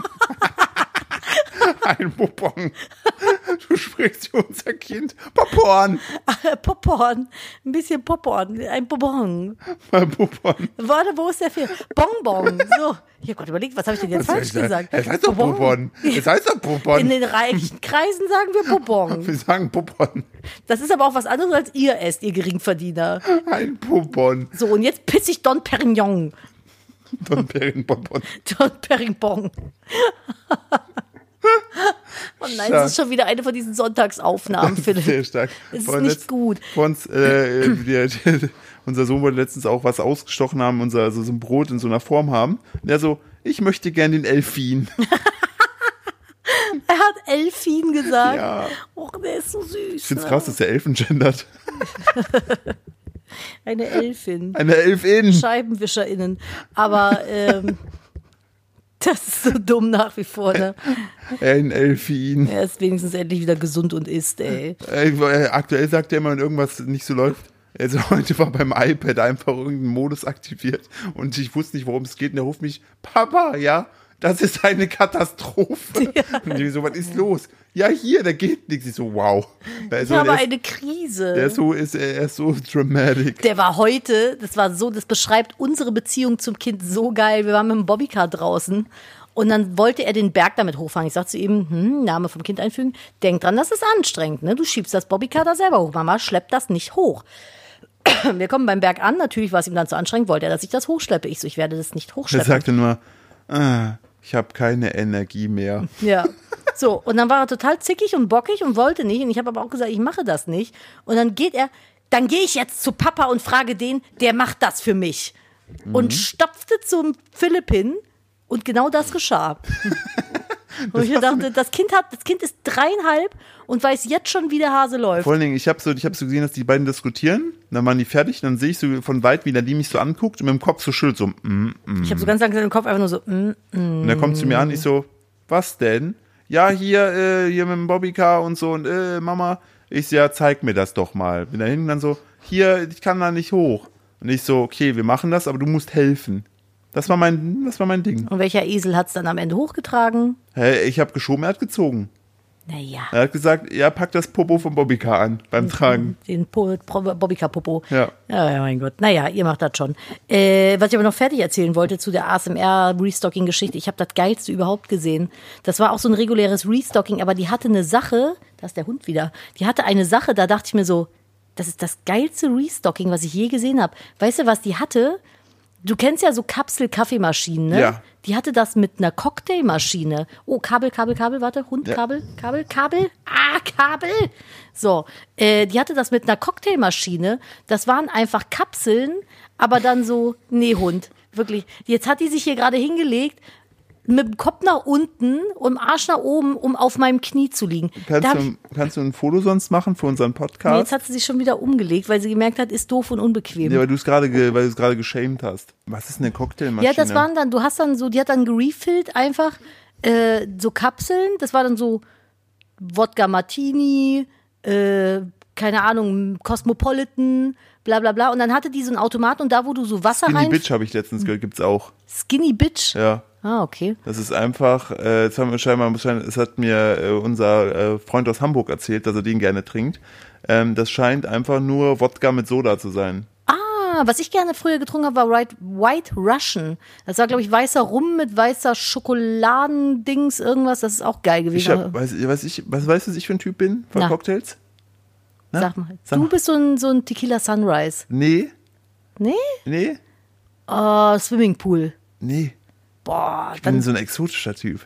Speaker 1: Ein Popon. Du sprichst für unser Kind. Popon.
Speaker 2: Popcorn. Ein bisschen Popcorn. Ein Bobon.
Speaker 1: Mal Popon.
Speaker 2: Warte, wo ist der Film? Bonbon. So. Ich habe gerade überlegt, was habe ich denn jetzt falsch gesagt?
Speaker 1: Es heißt doch Popon. Es heißt doch
Speaker 2: In
Speaker 1: Popon.
Speaker 2: den reichen Kreisen sagen wir Bobon.
Speaker 1: Wir sagen Popon.
Speaker 2: Das ist aber auch was anderes als ihr esst, ihr Geringverdiener.
Speaker 1: Ein Popon.
Speaker 2: So, und jetzt piss ich Don Perignon.
Speaker 1: Don Perrin Popon.
Speaker 2: Don Peringbong. oh nein, es ist schon wieder eine von diesen Sonntagsaufnahmen, Philipp.
Speaker 1: Sehr stark.
Speaker 2: Es ist
Speaker 1: Vor
Speaker 2: nicht
Speaker 1: letzt-
Speaker 2: gut.
Speaker 1: Vor uns, äh, der, der, unser Sohn wollte letztens auch was ausgestochen haben, unser, also so ein Brot in so einer Form haben. Und er so, ich möchte gern den Elfin.
Speaker 2: Er hat Elfin gesagt.
Speaker 1: Ja.
Speaker 2: Och, der ist so süß. ne?
Speaker 1: Ich find's krass, dass der Elfen gendert.
Speaker 2: Eine Elfin.
Speaker 1: Eine Elfin.
Speaker 2: ScheibenwischerInnen. Aber ähm, das ist so dumm nach wie vor. Ne?
Speaker 1: Ein Elfin.
Speaker 2: Er ist wenigstens endlich wieder gesund und isst, ey.
Speaker 1: Äh, äh, aktuell sagt er immer, wenn irgendwas nicht so läuft. Also heute war beim iPad einfach irgendein Modus aktiviert und ich wusste nicht, worum es geht. Und er ruft mich, Papa, ja, das ist eine Katastrophe. Und ich so, was ist los? Ja, hier, da geht nichts. Ich so, wow.
Speaker 2: Ich
Speaker 1: Also,
Speaker 2: habe
Speaker 1: er, ist,
Speaker 2: eine Krise.
Speaker 1: er, ist so, ist, er ist so dramatic.
Speaker 2: Der war heute, das war so, das beschreibt unsere Beziehung zum Kind so geil. Wir waren mit dem Bobbycar draußen und dann wollte er den Berg damit hochfahren. Ich sagte zu ihm, hm, Name vom Kind einfügen. Denk dran, das ist anstrengend, ne? Du schiebst das Bobbycar da selber hoch. Mama schleppt das nicht hoch. Wir kommen beim Berg an. Natürlich war es ihm dann zu anstrengend. Wollte er, dass ich das hochschleppe? Ich so, ich werde das nicht
Speaker 1: Er
Speaker 2: hochschleppen.
Speaker 1: sagte nur, ah, ich habe keine Energie mehr.
Speaker 2: Ja. So, und dann war er total zickig und bockig und wollte nicht. Und ich habe aber auch gesagt, ich mache das nicht. Und dann geht er, dann gehe ich jetzt zu Papa und frage den, der macht das für mich. Und stopfte zum Philipp hin und genau das geschah. und ich dachte, das Kind hat, das Kind ist dreieinhalb und weiß jetzt schon, wie der Hase läuft.
Speaker 1: Vor allen Dingen, ich habe so, ich hab so gesehen, dass die beiden diskutieren, dann waren die fertig, dann sehe ich so von weit, wie Nadine mich so anguckt und mit dem Kopf so schüttelt, so, mm,
Speaker 2: Ich habe so ganz langsam im Kopf einfach nur so, mm,
Speaker 1: Und er kommt zu mir an, ich so, was denn? Ja, hier, äh, hier mit dem Bobbycar und so und äh, Mama. Ich so, ja, zeig mir das doch mal. Bin da hinten dann so, hier, ich kann da nicht hoch. Und ich so, okay, wir machen das, aber du musst helfen. Das war mein, das war mein Ding.
Speaker 2: und welcher Esel hat es dann am Ende hochgetragen?
Speaker 1: Hä, ich habe geschoben, er hat gezogen.
Speaker 2: Naja.
Speaker 1: Er hat gesagt, ja, pack das Popo vom Bobbycar an beim Tragen.
Speaker 2: Den Po- Pro- Bobbycar-Popo.
Speaker 1: Ähm, Ja.
Speaker 2: ja. Ja, mein Gott. Naja, ihr macht das schon. Äh, was ich aber noch fertig erzählen wollte zu der ASMR-Restocking-Geschichte. Ich habe das Geilste überhaupt gesehen. Das war auch so ein reguläres Restocking, aber die hatte eine Sache, da ist der Hund wieder, die hatte eine Sache, da dachte ich mir so, das ist das geilste Restocking, was ich je gesehen habe. Weißt du, was die hatte? Du kennst ja so Kapsel-Kaffeemaschinen, ne?
Speaker 1: Ja.
Speaker 2: Die hatte das mit einer Cocktailmaschine. Oh, Kabel, Kabel, Kabel, warte, Hund,
Speaker 1: Ja.
Speaker 2: Kabel, Kabel, Kabel, ah, Kabel. So, äh, die hatte das mit einer Cocktailmaschine. Das waren einfach Kapseln, aber dann so, nee, Hund, wirklich. Jetzt hat die sich hier gerade hingelegt, mit dem Kopf nach unten und dem Arsch nach oben, um auf meinem Knie zu liegen. Da
Speaker 1: Kannst
Speaker 2: hab ich,
Speaker 1: du, kannst du ein Foto sonst machen für unseren
Speaker 2: nee, jetzt
Speaker 1: Podcast?
Speaker 2: hat sie sich schon wieder umgelegt, weil sie gemerkt hat, ist doof und unbequem.
Speaker 1: Ja, weil du es gerade, ge, weil du es gerade geschämt hast. Was ist eine Cocktailmaschine?
Speaker 2: Ja, das waren dann, du hast dann so, die hat dann gerefilled einfach äh, so Kapseln. Das war dann so Wodka Martini, äh, keine Ahnung, Cosmopolitan, bla bla bla. Und dann hatte die so einen Automaten und da, wo du so Wasser
Speaker 1: Skinny
Speaker 2: rein.
Speaker 1: Bitch habe ich letztens gehört, gibt's auch.
Speaker 2: Skinny Bitch.
Speaker 1: Ja.
Speaker 2: Ah, okay.
Speaker 1: Das ist einfach, äh, jetzt haben wir scheinbar, wahrscheinlich- es hat mir äh, unser äh, Freund aus Hamburg erzählt, dass er den gerne trinkt. Ähm, das scheint einfach nur Wodka mit Soda zu sein.
Speaker 2: Ah, was ich gerne früher getrunken habe, war White, White Russian. Das war, glaube ich, weißer Rum mit weißer Schokoladendings, irgendwas. Das ist auch geil
Speaker 1: Ich
Speaker 2: gewesen.
Speaker 1: hab, weiß, weiß ich, was weißt du, was ich für ein Typ bin von
Speaker 2: Na.
Speaker 1: Cocktails? Na?
Speaker 2: Sag mal.
Speaker 1: ne? Sag
Speaker 2: du
Speaker 1: mal.
Speaker 2: bist so ein, so ein Tequila Sunrise.
Speaker 1: Nee,
Speaker 2: Nee?
Speaker 1: nee,
Speaker 2: Oh, Swimmingpool.
Speaker 1: nee.
Speaker 2: Boah,
Speaker 1: Ich bin
Speaker 2: dann
Speaker 1: so ein exotischer Typ.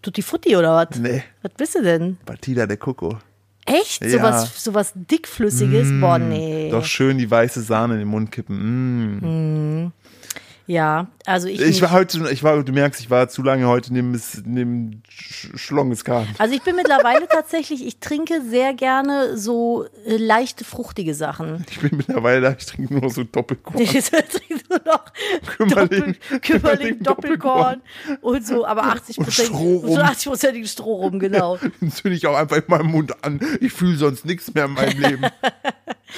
Speaker 2: Tutti Frutti oder was?
Speaker 1: Nee,
Speaker 2: Was bist du denn?
Speaker 1: Batida de Coco.
Speaker 2: Echt?
Speaker 1: Ja. Hm,
Speaker 2: Sowas, sowas dickflüssiges? Boah, nee.
Speaker 1: Doch schön die weiße Sahne in den Mund kippen. Mm.
Speaker 2: Ja, also ich,
Speaker 1: Ich
Speaker 2: nicht.
Speaker 1: war heute, ich war, du merkst, ich war zu lange heute neben, das- neben Sch- Schlongeskahn.
Speaker 2: Also ich bin mittlerweile tatsächlich, ich trinke sehr gerne so äh, leichte, fruchtige Sachen.
Speaker 1: Ich bin mittlerweile da, ich trinke nur noch so Doppelkorn.
Speaker 2: Ich trinke nur noch
Speaker 1: Kümmerling,
Speaker 2: Doppel,
Speaker 1: Kümmerling,
Speaker 2: Kümmerling Doppelkorn und so, aber 80
Speaker 1: Strohrum.
Speaker 2: so 80 Stroh rum, genau.
Speaker 1: Dann zünde ich auch einfach in meinem Mund an. Ich fühle sonst nichts mehr in meinem Leben.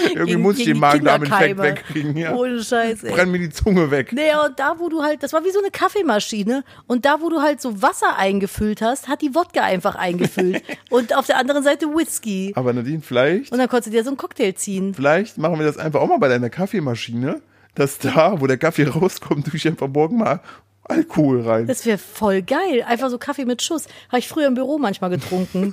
Speaker 1: Irgendwie
Speaker 2: Gegen-
Speaker 1: muss ich den
Speaker 2: gegen die
Speaker 1: Magen-Darm-Infekt
Speaker 2: Kinderkeime. Oh.
Speaker 1: wegkriegen. Ja.
Speaker 2: Ohne Scheiß, ey.
Speaker 1: Brenn mir die Zunge weg.
Speaker 2: Naja, und da, wo du halt, das war wie so eine Kaffeemaschine und da, wo du halt so Wasser eingefüllt hast, hat die Wodka einfach eingefüllt und auf der anderen Seite Whisky.
Speaker 1: Aber Nadine, vielleicht,
Speaker 2: Und dann konntest du dir so einen Cocktail ziehen.
Speaker 1: vielleicht machen wir das einfach auch mal bei deiner Kaffeemaschine, dass da, wo der Kaffee rauskommt, tue ich einfach morgen mal Alkohol rein.
Speaker 2: Das wäre voll geil. Einfach so Kaffee mit Schuss. Habe ich früher im Büro manchmal getrunken.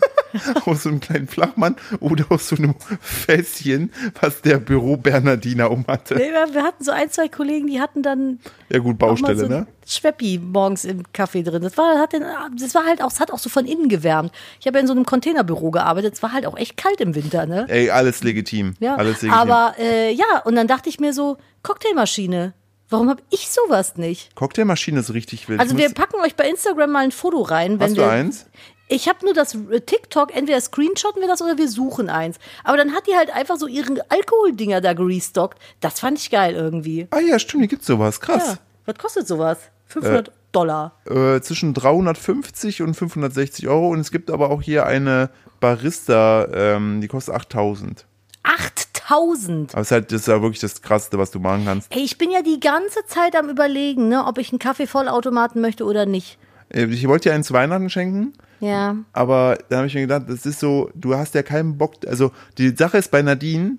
Speaker 1: aus so einem kleinen Flachmann oder aus so einem Fässchen, was der Büro Bernardiner umhatte.
Speaker 2: Nee, wir wir hatten so ein, zwei Kollegen, die hatten dann
Speaker 1: Ja gut,
Speaker 2: auch mal
Speaker 1: Baustelle,
Speaker 2: so ein
Speaker 1: ne?
Speaker 2: Schweppi morgens im Kaffee drin. Das war, hat den, das war halt auch, das hat auch so von innen gewärmt. Ich habe ja in so einem Containerbüro gearbeitet. Es war halt auch echt kalt im Winter, ne?
Speaker 1: Ey, alles legitim.
Speaker 2: Ja.
Speaker 1: Alles legitim.
Speaker 2: Aber äh, ja, und dann dachte ich mir so, Cocktailmaschine. Warum habe ich sowas nicht?
Speaker 1: Cocktailmaschine ist richtig wild.
Speaker 2: Also
Speaker 1: Ich
Speaker 2: wir
Speaker 1: muss-
Speaker 2: packen euch bei Instagram mal ein Foto rein. Wenn
Speaker 1: Hast du
Speaker 2: wir,
Speaker 1: eins?
Speaker 2: Ich habe nur das äh, TikTok, entweder screenshotten wir das oder wir suchen eins. Aber dann hat die halt einfach so ihren Alkoholdinger da gerestockt. Das fand ich geil irgendwie.
Speaker 1: Ah ja, stimmt, hier gibt's sowas.
Speaker 2: Ja.
Speaker 1: Krass.
Speaker 2: Was kostet sowas? 500 Dollar.
Speaker 1: Äh, zwischen 350 und 560 Euro. Und es gibt aber auch hier eine Barista, ähm, die kostet 8000.
Speaker 2: 8000.
Speaker 1: Aber es ist halt, das ist ja wirklich das Krasseste, was du machen kannst.
Speaker 2: Ey, ich bin ja die ganze Zeit am überlegen, ne, ob ich einen Kaffeevollautomaten möchte oder nicht.
Speaker 1: Äh, Ich wollte dir einen zu Weihnachten schenken.
Speaker 2: Ja.
Speaker 1: Aber dann habe ich mir gedacht, das ist so, du hast ja keinen Bock. Also die Sache ist bei Nadine,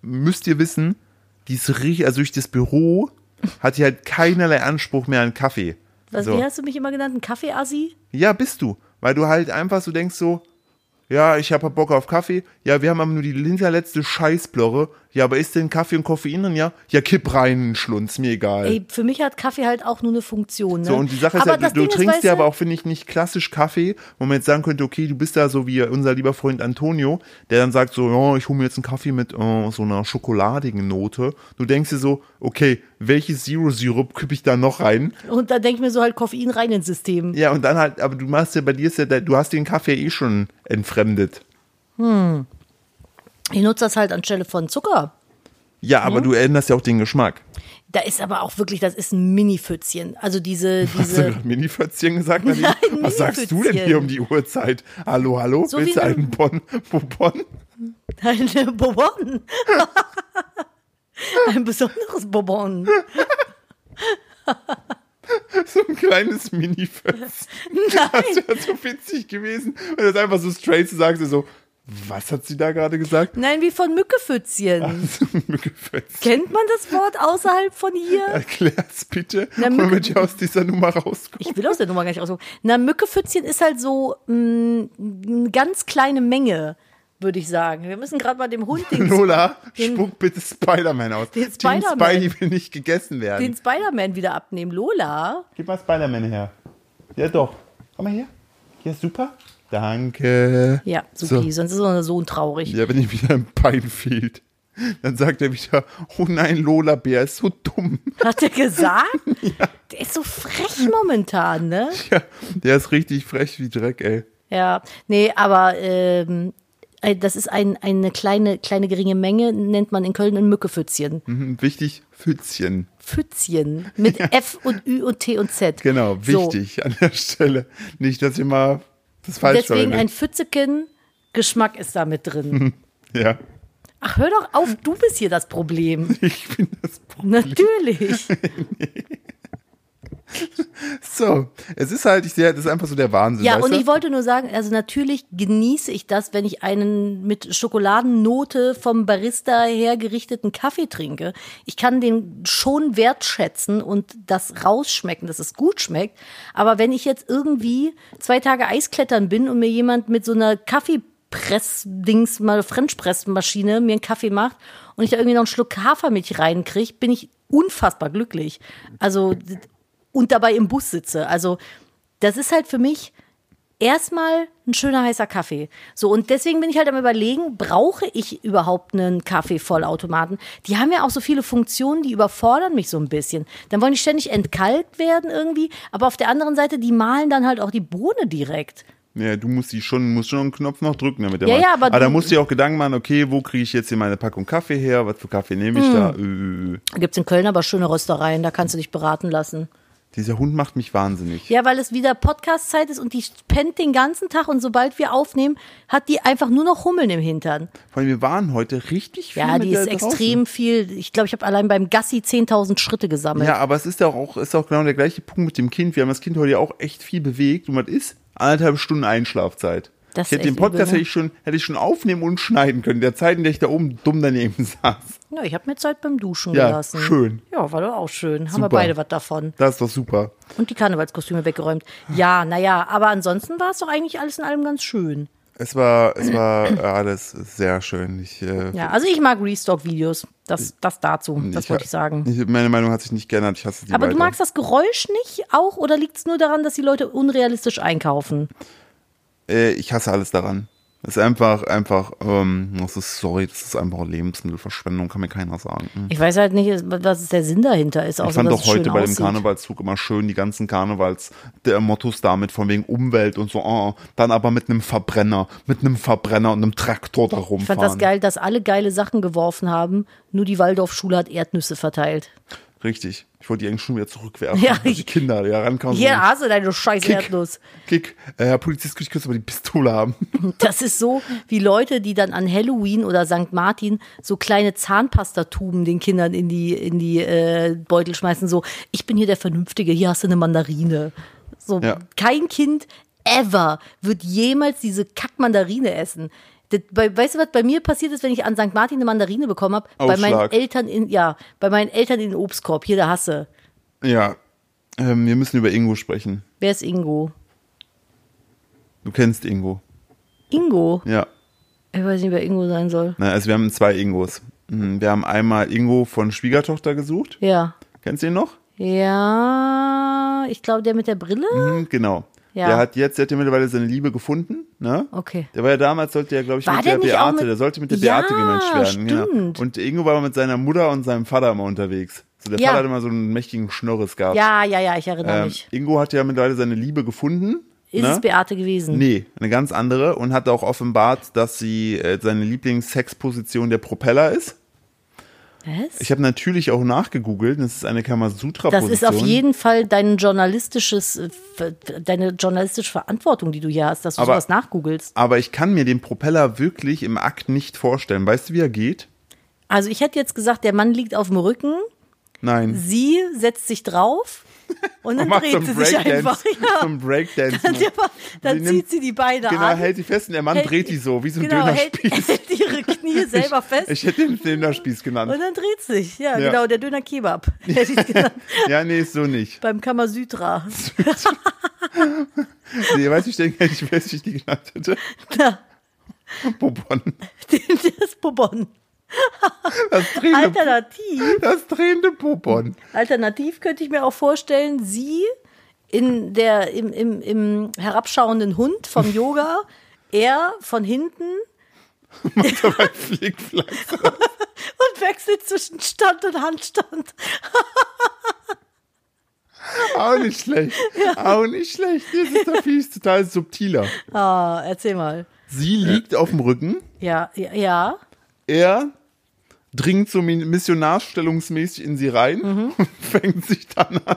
Speaker 1: müsst ihr wissen, die ist richtig, also durch das Büro hat die halt keinerlei Anspruch mehr an Kaffee.
Speaker 2: Was,
Speaker 1: so.
Speaker 2: Wie hast du mich immer genannt? Ein Kaffeeassi?
Speaker 1: Ja, bist du. Weil du halt einfach so denkst so, ja, ich habe Bock auf Kaffee. Ja, wir haben aber nur die hinterletzte Scheißblorre. Ja, aber ist denn Kaffee und Koffein drin? Ja, ja, kipp rein, einen Schlunz, mir egal.
Speaker 2: Ey, für mich hat Kaffee halt auch nur eine Funktion. Ne?
Speaker 1: Äh, So, und die Sache ist
Speaker 2: aber
Speaker 1: ja,
Speaker 2: das
Speaker 1: du,
Speaker 2: Ding
Speaker 1: du trinkst
Speaker 2: weißt
Speaker 1: ja
Speaker 2: du,
Speaker 1: aber auch, finde ich, nicht klassisch Kaffee, wo man jetzt sagen könnte, okay, du bist da so wie unser lieber Freund Antonio, der dann sagt so, ja, ich hole mir jetzt einen Kaffee mit äh, so einer schokoladigen Note. Du denkst dir so, okay, welches Zero-Sirup kippe ich da noch rein?
Speaker 2: Und da denke ich mir so halt Koffein rein ins System.
Speaker 1: Ja, und dann halt, aber du machst ja, bei dir ist ja, der- du hast den Kaffee eh schon entfremdet.
Speaker 2: Ich nutze das halt anstelle von Zucker.
Speaker 1: Ja, aber
Speaker 2: Hm?
Speaker 1: du änderst ja auch den Geschmack.
Speaker 2: Da ist aber auch wirklich, das ist ein Mini-Pfützchen. Also diese,
Speaker 1: Hast du
Speaker 2: diese.
Speaker 1: gerade Mini-Fötzchen gesagt? Nadine?
Speaker 2: Nein,
Speaker 1: Was sagst du denn
Speaker 2: Mini-Fötzchen.
Speaker 1: hier um die Uhrzeit? Hallo, hallo?
Speaker 2: So
Speaker 1: Willst
Speaker 2: wie
Speaker 1: du
Speaker 2: eine-
Speaker 1: einen Bon, Bonbon?
Speaker 2: Ein Bonbon. Ein besonderes Bonbon.
Speaker 1: So ein kleines Mini-Fötzchen. Das
Speaker 2: Nein.
Speaker 1: wäre so witzig gewesen, wenn das einfach so straight zu sagen, so, so, was hat sie da gerade gesagt?
Speaker 2: Nein, wie von Mückepfützchen.
Speaker 1: Also, Mückefest.
Speaker 2: Kennt man das Wort außerhalb von hier?
Speaker 1: Erklär's bitte,
Speaker 2: Na, Mücke-
Speaker 1: damit wir aus dieser Nummer rauskommen.
Speaker 2: Ich will aus der Nummer gar nicht rauskommen. Na, Mückepfützchen ist halt so mh, eine ganz kleine Menge, würde ich sagen. Wir müssen gerade mal dem Hund den,
Speaker 1: Lola,
Speaker 2: den-
Speaker 1: spuck bitte Spider-Man aus.
Speaker 2: Den
Speaker 1: Team
Speaker 2: Spider-Man.
Speaker 1: Spidey will nicht gegessen werden.
Speaker 2: den Spider-Man wieder abnehmen. Lola?
Speaker 1: Gib mal Spider-Man her. Ja, doch. Komm mal her. Ja, super. Danke.
Speaker 2: Ja, supi, sonst ist unser Sohn traurig.
Speaker 1: Ja, wenn ich wieder im Bein fehlt, dann sagt er wieder, oh nein, Lola Bär ist so dumm.
Speaker 2: Hat er gesagt? Der ist so frech momentan, ne?
Speaker 1: Ja, der ist richtig frech wie Dreck, ey.
Speaker 2: Ja, nee, aber ähm, äh, das ist ein, eine kleine, kleine geringe Menge, nennt man in Köln ein Mückepfützchen.
Speaker 1: Mhm, Wichtig, Pfützchen.
Speaker 2: Pfützchen mit F und Ü und T und Z.
Speaker 1: Genau,
Speaker 2: So.
Speaker 1: wichtig an der Stelle. Nicht, dass ihr mal das falsch
Speaker 2: Deswegen ein
Speaker 1: verwendet.
Speaker 2: Pfützeken, Geschmack ist da mit drin.
Speaker 1: Ja.
Speaker 2: Ach, hör doch auf, du bist hier das Problem.
Speaker 1: Ich bin das Problem.
Speaker 2: Natürlich.
Speaker 1: So, es ist halt, ich sehe, das ist einfach so der Wahnsinn.
Speaker 2: Ja,
Speaker 1: weißt
Speaker 2: und
Speaker 1: du?
Speaker 2: ich wollte nur sagen, also natürlich genieße ich das, wenn ich einen mit Schokoladennote vom Barista hergerichteten Kaffee trinke. Ich kann den schon wertschätzen und das rausschmecken, dass es gut schmeckt. Aber wenn ich jetzt irgendwie zwei Tage Eisklettern bin und mir jemand mit so einer Kaffeepress-Dings, mal Frenchpress-Maschine mir einen Kaffee macht und ich da irgendwie noch einen Schluck Hafermilch reinkriege, bin ich unfassbar glücklich. Also und dabei im Bus sitze. Also das ist halt für mich erstmal ein schöner heißer Kaffee. So und deswegen bin ich halt am überlegen, brauche ich überhaupt einen Kaffeevollautomaten? Die haben ja auch so viele Funktionen, die überfordern mich so ein bisschen. Dann wollen die ständig entkalkt werden irgendwie, aber auf der anderen Seite, die malen dann halt auch die Bohne direkt.
Speaker 1: Ja, du musst die schon, musst schon einen Knopf noch drücken, damit der
Speaker 2: Ja,
Speaker 1: mal-
Speaker 2: ja, aber
Speaker 1: aber da
Speaker 2: du-
Speaker 1: musst du dir auch Gedanken machen, okay, wo kriege ich jetzt hier meine Packung Kaffee her? Was für Kaffee nehme ich da? Äh, äh, äh.
Speaker 2: Da gibt's in Köln aber schöne Röstereien, da kannst du dich beraten lassen.
Speaker 1: Dieser Hund macht mich wahnsinnig.
Speaker 2: Ja, weil es wieder Podcast-Zeit ist und die pennt den ganzen Tag und sobald wir aufnehmen, hat die einfach nur noch Hummeln im Hintern.
Speaker 1: Vor allem, wir waren heute richtig viel
Speaker 2: Ja,
Speaker 1: mit
Speaker 2: die
Speaker 1: der
Speaker 2: ist
Speaker 1: draußen.
Speaker 2: extrem viel. Ich glaube, ich habe allein beim Gassi 10.000 Schritte gesammelt.
Speaker 1: Ja, aber es ist ja auch, ist auch genau der gleiche Punkt mit dem Kind. Wir haben das Kind heute ja auch echt viel bewegt. Und was ist? Anderthalb Stunden Einschlafzeit.
Speaker 2: Das
Speaker 1: ich hätte
Speaker 2: ist
Speaker 1: den
Speaker 2: echt
Speaker 1: Podcast
Speaker 2: übel, ne?
Speaker 1: hätte, ich schon, hätte ich schon aufnehmen und schneiden können. Der Zeit, in der ich da oben dumm daneben saß.
Speaker 2: Ja, ich habe mir Zeit beim Duschen
Speaker 1: Ja,
Speaker 2: gelassen.
Speaker 1: schön.
Speaker 2: Ja, war doch auch schön. Haben
Speaker 1: Super.
Speaker 2: wir beide was davon.
Speaker 1: Das ist doch super.
Speaker 2: Und die Karnevalskostüme weggeräumt. Ja, naja, aber ansonsten war es doch eigentlich alles in allem ganz schön.
Speaker 1: Es war, es war alles sehr schön. Ich, äh,
Speaker 2: Ja, also ich mag Restock-Videos. Das, das dazu, das wollte ich sagen.
Speaker 1: Ich, meine Meinung hat sich nicht geändert. Ich hasse die
Speaker 2: Aber
Speaker 1: weiter.
Speaker 2: du magst das Geräusch nicht auch oder liegt es nur daran, dass die Leute unrealistisch einkaufen?
Speaker 1: Äh, ich hasse alles daran. Das ist einfach, einfach, ähm, das ist, sorry, das ist einfach Lebensmittelverschwendung, kann mir keiner sagen.
Speaker 2: Ich weiß halt nicht, was der Sinn dahinter Also ist.
Speaker 1: Ich fand
Speaker 2: dass es
Speaker 1: doch heute
Speaker 2: schön
Speaker 1: bei dem
Speaker 2: aussieht.
Speaker 1: Karnevalszug immer schön die ganzen Karnevals-Mottos damit von wegen Umwelt und so. ah, dann aber mit einem Verbrenner, mit einem Verbrenner und einem Traktor da rumfahren.
Speaker 2: Ich fand das geil, dass alle geile Sachen geworfen haben. Nur die Waldorfschule hat Erdnüsse verteilt.
Speaker 1: Richtig. Ich wollte die eigentlich schon wieder zurückwerfen. Also
Speaker 2: Ja,
Speaker 1: die
Speaker 2: ich-
Speaker 1: Kinder, die da rankamen.
Speaker 2: Hier hast du deine scheiß
Speaker 1: Kick.
Speaker 2: Erdnuss.
Speaker 1: Kick. Äh, Herr Polizist, ich könnte aber die Pistole haben.
Speaker 2: Das ist so wie Leute, die dann an Halloween oder St. Martin so kleine Zahnpastatuben den Kindern in die, in die äh, Beutel schmeißen. So, ich bin hier der Vernünftige, hier hast du eine Mandarine. So,
Speaker 1: Ja.
Speaker 2: kein Kind ever wird jemals diese Kackmandarine essen. Das, bei, weißt du, was bei mir passiert ist, wenn ich an St. Martin eine Mandarine bekommen habe? Bei meinen
Speaker 1: Aufschlag.
Speaker 2: Eltern in, ja, bei meinen Eltern in den Obstkorb. Hier, da hasse.
Speaker 1: ja. Ähm, wir müssen über Ingo sprechen.
Speaker 2: Wer ist Ingo?
Speaker 1: Du kennst Ingo.
Speaker 2: Ingo?
Speaker 1: Ja.
Speaker 2: Ich weiß nicht, wer Ingo sein soll.
Speaker 1: Na, also wir haben zwei Ingos. Hm, Wir haben einmal Ingo von Schwiegertochter gesucht.
Speaker 2: Ja.
Speaker 1: Kennst du ihn noch?
Speaker 2: Ja, ich glaube, der mit der Brille?
Speaker 1: Hm, Genau.
Speaker 2: Ja.
Speaker 1: Der hat jetzt, der hat ja mittlerweile seine Liebe gefunden, ne?
Speaker 2: Okay.
Speaker 1: Der war ja damals, sollte ja, glaube ich,
Speaker 2: War
Speaker 1: mit
Speaker 2: der
Speaker 1: der
Speaker 2: nicht auch
Speaker 1: Beate,
Speaker 2: mit-
Speaker 1: der sollte mit der
Speaker 2: Ja,
Speaker 1: Beate gemenscht werden.
Speaker 2: stimmt.
Speaker 1: Ja. Und Ingo war mit seiner Mutter und seinem Vater immer unterwegs. So, der
Speaker 2: Ja.
Speaker 1: Vater hat immer so einen mächtigen Schnorres gehabt.
Speaker 2: Ja, ja, ja, ich erinnere
Speaker 1: ähm,
Speaker 2: mich.
Speaker 1: Ingo hat ja mittlerweile seine Liebe gefunden.
Speaker 2: Ist
Speaker 1: ne?
Speaker 2: es Beate gewesen?
Speaker 1: Nee, eine ganz andere und hat auch offenbart, dass sie äh, seine Lieblingssexposition der Propeller ist.
Speaker 2: Was?
Speaker 1: Ich habe natürlich auch nachgegoogelt, das ist eine
Speaker 2: das
Speaker 1: Kamasutra-Position.
Speaker 2: ist auf jeden Fall dein journalistisches, äh, ver- deine journalistische Verantwortung, die du hier hast, dass du
Speaker 1: Aber-
Speaker 2: sowas nachgoogelst.
Speaker 1: Aber ich kann mir den Propeller wirklich im Akt nicht vorstellen. Weißt du, wie er geht?
Speaker 2: Also ich hätte jetzt gesagt, der Mann liegt auf dem Rücken,
Speaker 1: Nein.
Speaker 2: sie setzt sich drauf und dann
Speaker 1: macht so
Speaker 2: dreht
Speaker 1: einen
Speaker 2: sie sich einfach.
Speaker 1: so
Speaker 2: Ja.
Speaker 1: einen Breakdance.
Speaker 2: Dann, dann
Speaker 1: Sie
Speaker 2: zieht
Speaker 1: nimmt-
Speaker 2: sie die Beine
Speaker 1: Genau,
Speaker 2: an.
Speaker 1: hält die fest und der Mann
Speaker 2: hält-
Speaker 1: dreht die so, wie so ein
Speaker 2: genau, hält,
Speaker 1: Dönerspieß.
Speaker 2: hält ihre Knie selber fest.
Speaker 1: Ich hätte ihn Dönerspieß genannt.
Speaker 2: und dann dreht sich, ja,
Speaker 1: Ja.
Speaker 2: genau, der Döner Kebab. Hätte ich genannt.
Speaker 1: Ja, nee, ist so nicht.
Speaker 2: Beim Kamasutra.
Speaker 1: Nee, weiß ich denke, ich weiß, wie ich die genannt hätte.
Speaker 2: Na,
Speaker 1: Bobon.
Speaker 2: das Bobon.
Speaker 1: Das drehende,
Speaker 2: Alternativ,
Speaker 1: das drehende Bobon.
Speaker 2: alternativ könnte ich mir auch vorstellen, sie in der, im, im, im herabschauenden Hund vom Yoga, er von hinten
Speaker 1: Dabei Flickflack.
Speaker 2: und wechselt zwischen Stand und Handstand.
Speaker 1: Auch nicht schlecht. Auch nicht schlecht. Das ist der Viech total subtiler.
Speaker 2: Ah, erzähl mal.
Speaker 1: Sie liegt auf dem Rücken.
Speaker 2: Ja, ja, ja.
Speaker 1: Er dringt so min- missionarstellungsmäßig in sie rein und fängt sich dann an,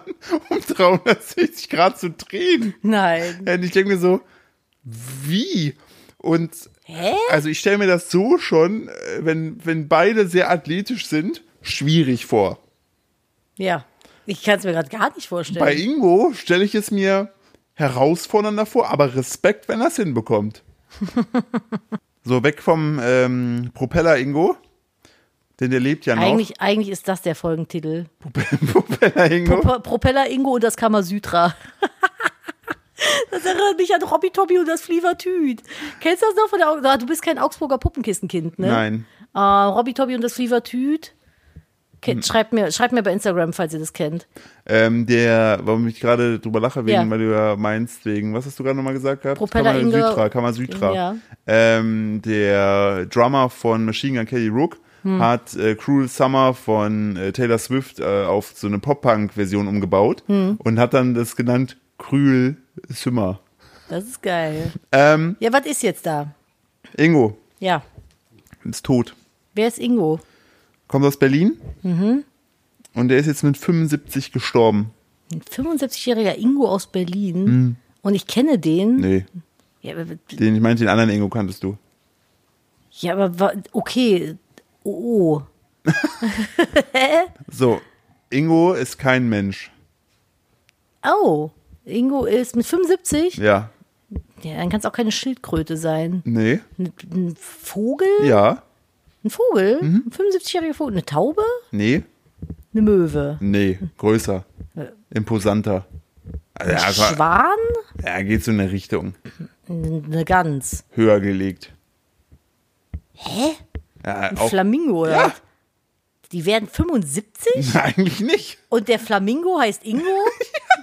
Speaker 1: um 360 Grad zu drehen.
Speaker 2: Nein.
Speaker 1: Ja, Und ich denke mir so, wie? Und
Speaker 2: Hä?
Speaker 1: Also ich stelle mir das so schon, äh, wenn, wenn beide sehr athletisch sind, schwierig vor.
Speaker 2: Ja. Ich kann es mir gerade gar nicht vorstellen.
Speaker 1: Bei Ingo stelle ich es mir herausfordernder vor, aber Respekt, wenn er es hinbekommt. so, weg vom ähm, Propeller Ingo, denn der lebt ja noch.
Speaker 2: eigentlich, eigentlich ist das der Folgentitel.
Speaker 1: Propeller Ingo.
Speaker 2: Pro Propeller Ingo und das Kamasutra. Das erinnert mich an Robby Tobby und das Flievertüt. Kennst du das noch von der Au- Ah, Du bist kein Augsburger Puppenkistenkind, ne?
Speaker 1: Nein.
Speaker 2: Äh, Robby Tobby und das Flievertüt.
Speaker 1: Hm.
Speaker 2: Ke- Schreibt mir, schreibt mir bei Instagram, falls ihr das kennt.
Speaker 1: Ähm, der, warum ich gerade drüber lache, wegen,
Speaker 2: Ja.
Speaker 1: weil du ja meinst, wegen, was hast du gerade nochmal gesagt gehabt?
Speaker 2: Propeller Ingo-
Speaker 1: Südra, Kammer Südra.
Speaker 2: Ja.
Speaker 1: Ähm, der Drummer von Machine Gun Kelly Rook
Speaker 2: Hm.
Speaker 1: hat äh, Cruel Summer von äh, Taylor Swift äh, auf so eine Pop-Punk-Version umgebaut
Speaker 2: Hm.
Speaker 1: und hat dann das genannt Cruel Summer.
Speaker 2: Das ist geil.
Speaker 1: Ähm,
Speaker 2: Ja, was ist jetzt da?
Speaker 1: Ingo
Speaker 2: Ja.
Speaker 1: ist tot.
Speaker 2: Wer ist Ingo?
Speaker 1: Kommt aus Berlin.
Speaker 2: Mhm.
Speaker 1: Und der ist jetzt mit 75 gestorben.
Speaker 2: Ein 75-jähriger Ingo aus Berlin. Und ich kenne den.
Speaker 1: Hm. Nee,
Speaker 2: Ja, aber,
Speaker 1: den, ich meinte, den anderen Ingo kanntest du.
Speaker 2: ja, aber wa- okay. Oh. oh.
Speaker 1: So, Ingo ist kein Mensch.
Speaker 2: Oh. Ingo ist mit 75?
Speaker 1: Ja.
Speaker 2: Ja, dann kann es auch keine Schildkröte sein.
Speaker 1: Nee.
Speaker 2: Ein, ein Vogel?
Speaker 1: Ja.
Speaker 2: Ein Vogel?
Speaker 1: Mhm.
Speaker 2: Ein 75-jähriger Vogel? Eine Taube?
Speaker 1: Nee.
Speaker 2: Eine Möwe?
Speaker 1: Nee. Größer.
Speaker 2: Äh.
Speaker 1: Imposanter. Also,
Speaker 2: Ein
Speaker 1: also,
Speaker 2: Schwan?
Speaker 1: ja, geht so in eine Richtung.
Speaker 2: Eine Gans?
Speaker 1: Höher gelegt.
Speaker 2: Hä?
Speaker 1: Ja,
Speaker 2: Ein
Speaker 1: auch,
Speaker 2: Flamingo oder?
Speaker 1: Ja.
Speaker 2: was? Die werden 75
Speaker 1: eigentlich nicht.
Speaker 2: und der Flamingo heißt Ingo?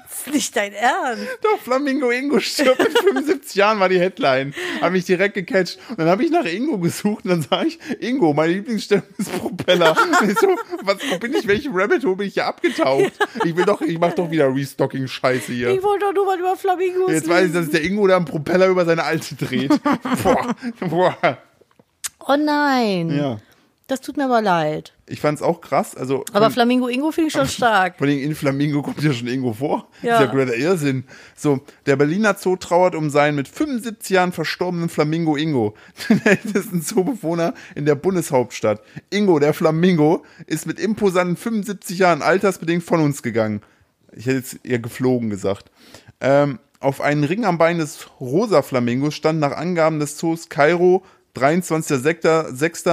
Speaker 2: Das ist nicht dein Ernst.
Speaker 1: Doch, Flamingo Ingo stirbt mit 75 Jahren, war die Headline. Hab mich direkt gecatcht. Und dann habe ich nach Ingo gesucht und dann sah ich, Ingo, meine Lieblingsstelle ist Propeller. Und ich so, was, wo bin ich? Welchem Rabbit Hole bin ich hier abgetaucht? Ich will doch, ich mach doch wieder Restocking-Scheiße hier.
Speaker 2: Ich wollte doch nur mal über Flamingos
Speaker 1: Jetzt weiß ich,
Speaker 2: lesen.
Speaker 1: dass der Ingo da einen Propeller über seine Alte dreht. boah, boah.
Speaker 2: Oh nein.
Speaker 1: Ja.
Speaker 2: Das tut mir aber leid.
Speaker 1: Ich fand's auch krass. Also,
Speaker 2: Aber
Speaker 1: von,
Speaker 2: Flamingo Ingo finde ich schon stark.
Speaker 1: vor allem in Flamingo kommt ja schon Ingo vor.
Speaker 2: Ja.
Speaker 1: Ist ja größter Irrsinn. So, der Berliner Zoo trauert um seinen mit 75 Jahren verstorbenen Flamingo Ingo, den ältesten Zoobewohner in der Bundeshauptstadt. Ingo, der Flamingo, ist mit imposanten 75 Jahren altersbedingt von uns gegangen. Ich hätte jetzt eher geflogen gesagt. Ähm, auf einem Ring am Bein des rosa Flamingos stand nach Angaben des Zoos Kairo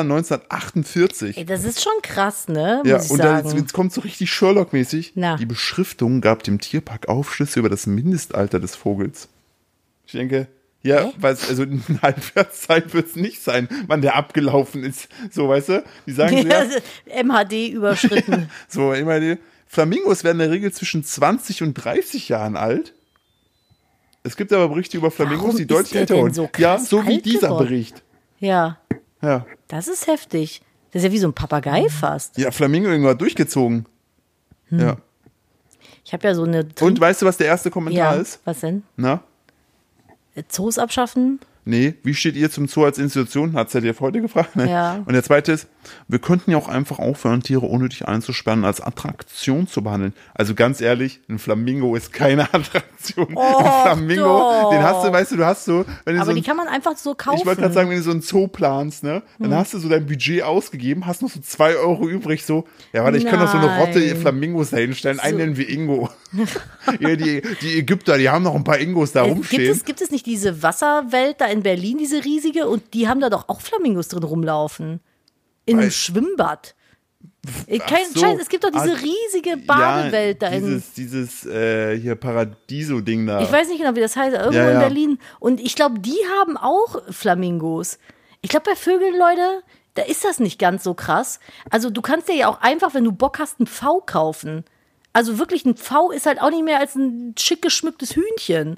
Speaker 1: 23.06.1948.
Speaker 2: Ey, das ist schon krass, ne? Muss
Speaker 1: Ja,
Speaker 2: ich
Speaker 1: und dann, jetzt,
Speaker 2: sagen.
Speaker 1: jetzt kommt so richtig Sherlock-mäßig.
Speaker 2: Na.
Speaker 1: Die Beschriftung gab dem Tierpark Aufschlüsse über das Mindestalter des Vogels. Ich denke, ja,
Speaker 2: Hä?
Speaker 1: was, also in Halbwertszeit wird es nicht sein, wann der abgelaufen ist. So, weißt du? Die sagen so, ja,
Speaker 2: MHD überschritten.
Speaker 1: so immer die. Flamingos werden in der Regel zwischen 20 und 30 Jahren alt. Es gibt aber Berichte über Flamingos,
Speaker 2: Warum
Speaker 1: die
Speaker 2: ist
Speaker 1: deutlich
Speaker 2: der
Speaker 1: älter
Speaker 2: denn
Speaker 1: wurden.
Speaker 2: so krass
Speaker 1: ja, so wie
Speaker 2: alt
Speaker 1: dieser
Speaker 2: geworden?
Speaker 1: Bericht.
Speaker 2: Ja,
Speaker 1: Ja.
Speaker 2: das ist heftig. Das ist ja wie so ein Papagei fast.
Speaker 1: Ja, Flamingo irgendwann durchgezogen.
Speaker 2: Hm.
Speaker 1: Ja.
Speaker 2: Ich habe ja so eine.
Speaker 1: Und weißt du, was der erste Kommentar
Speaker 2: ja,
Speaker 1: ist?
Speaker 2: was denn?
Speaker 1: Na?
Speaker 2: Zoos abschaffen?
Speaker 1: Nee, wie steht ihr zum Zoo als Institution? Hat ZDF heute gefragt. Ne?
Speaker 2: Ja.
Speaker 1: Und der zweite ist, wir könnten ja auch einfach aufhören, Tiere unnötig einzusperren, als Attraktion zu behandeln. Also ganz ehrlich, ein Flamingo ist keine Attraktion. ein Flamingo,
Speaker 2: doch.
Speaker 1: den hast du, weißt du, du hast so, wenn du
Speaker 2: Aber
Speaker 1: so
Speaker 2: die
Speaker 1: ein,
Speaker 2: kann man einfach so kaufen.
Speaker 1: Also
Speaker 2: Hm.
Speaker 1: ich wollte gerade sagen, wenn du so ein Zoo planst, ne, dann hast du so dein Budget ausgegeben, hast noch so zwei Euro übrig, so, ja, warte, ich kann doch so eine Rotte
Speaker 2: Nein.
Speaker 1: Flamingos dahinstellen, einen nennen wir Ingo. ja, die, die Ägypter, die haben noch ein paar Ingos da
Speaker 2: Äh,
Speaker 1: rumstehen.
Speaker 2: gibt, es, gibt es nicht diese Wasserwelt da in Berlin, diese riesige? Und die haben da doch auch Flamingos drin rumlaufen. In einem
Speaker 1: Weiß-
Speaker 2: Schwimmbad. Äh, Kein
Speaker 1: so.
Speaker 2: Scheiß, es gibt doch diese
Speaker 1: Ah,
Speaker 2: riesige Badewelt
Speaker 1: ja,
Speaker 2: da in.
Speaker 1: Dieses, dieses äh, hier Paradiso-Ding da.
Speaker 2: Ich weiß nicht genau, wie das heißt, irgendwo
Speaker 1: Ja, ja.
Speaker 2: in Berlin. Und ich glaube, die haben auch Flamingos. Ich glaube, bei Vögeln, Leute, da ist das nicht ganz so krass. Also du kannst dir ja auch einfach, wenn du Bock hast, einen V kaufen. Also wirklich, ein V ist halt auch nicht mehr als ein schick geschmücktes Hühnchen.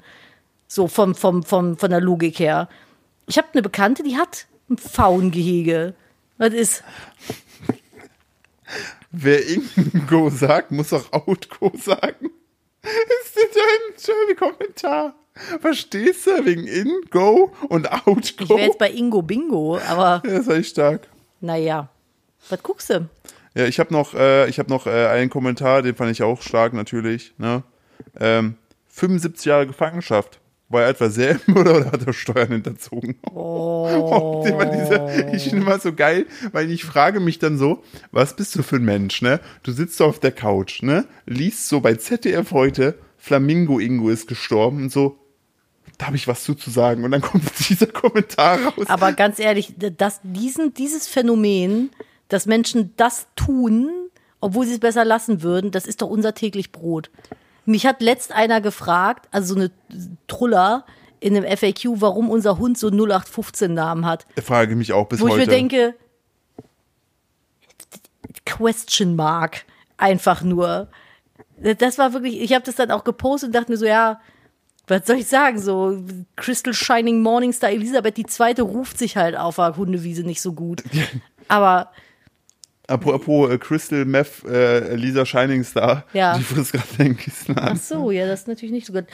Speaker 2: So vom, vom, vom, von der Logik her. Ich habe eine Bekannte, die hat ein Pfauengehege. Was ist?
Speaker 1: Wer Ingo sagt, muss auch Outgo sagen. Ist denn dein schöner Kommentar? Verstehst du? Wegen Ingo und
Speaker 2: Ich wäre
Speaker 1: Outgo?
Speaker 2: jetzt bei Ingo Bingo, aber
Speaker 1: Ja, das war ich stark.
Speaker 2: naja. Was guckst du?
Speaker 1: Ja, ich habe noch, äh, ich hab noch äh, einen Kommentar, den fand ich auch stark natürlich. Ne? Ähm, 75 Jahre Gefangenschaft. War er etwa selben oder, oder hat er Steuern hinterzogen? Oh. Immer diese, ich finde immer so geil, weil ich frage mich dann so, was bist du für ein Mensch, ne? Du sitzt so auf der Couch, ne? Liest so bei ZDF heute, Flamingo Ingo ist gestorben und so, da habe ich was zu, zu sagen. Und dann kommt dieser Kommentar raus.
Speaker 2: Aber ganz ehrlich, dass diesen, dieses Phänomen, dass Menschen das tun, obwohl sie es besser lassen würden, das ist doch unser täglich Brot. Mich hat letzt einer gefragt, also so eine Truller in einem FAQ, warum unser Hund so 0815-Namen hat.
Speaker 1: Frage mich auch bis
Speaker 2: Wo ich
Speaker 1: heute.
Speaker 2: mir denke, Question Mark, einfach nur. Das war wirklich, ich habe das dann auch gepostet und dachte mir so, ja, was soll ich sagen, so Crystal Shining Morningstar Elisabeth die zweite ruft sich halt auf der Hundewiese nicht so gut. Aber
Speaker 1: Apropos äh, Crystal Meth, äh, Lisa Shining Star,
Speaker 2: Ja.
Speaker 1: die frisst gerade den Kissen
Speaker 2: ach
Speaker 1: an.
Speaker 2: so, ja, das ist natürlich nicht so gut.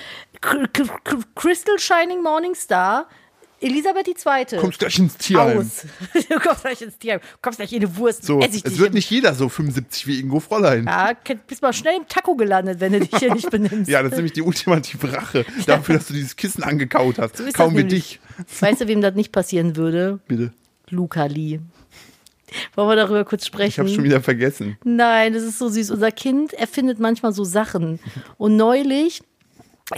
Speaker 2: Cr- cr- cr- Crystal Shining Morningstar Elisabeth die zweite.
Speaker 1: Kommst gleich ins Tierheim.
Speaker 2: aus. Du kommst gleich ins Tier, kommst gleich in eine Wurst.
Speaker 1: So,
Speaker 2: ess ich
Speaker 1: es
Speaker 2: dich
Speaker 1: wird
Speaker 2: im-
Speaker 1: nicht jeder so 75 wie Ingo Fräulein. Ja.
Speaker 2: Ja, kenn- bist mal schnell im Taco gelandet, wenn du dich hier nicht benimmst.
Speaker 1: das ist nämlich die ultimative Rache dafür, dass du dieses Kissen angekaut hast.
Speaker 2: ist
Speaker 1: Kaum
Speaker 2: das
Speaker 1: wir
Speaker 2: nämlich.
Speaker 1: dich,
Speaker 2: Weißt du, wem das nicht passieren würde?
Speaker 1: bitte.
Speaker 2: Luca Lee. Wollen wir darüber kurz sprechen?
Speaker 1: Ich habe schon wieder vergessen.
Speaker 2: Nein, das ist so süß. Unser Kind erfindet manchmal so Sachen. Und neulich,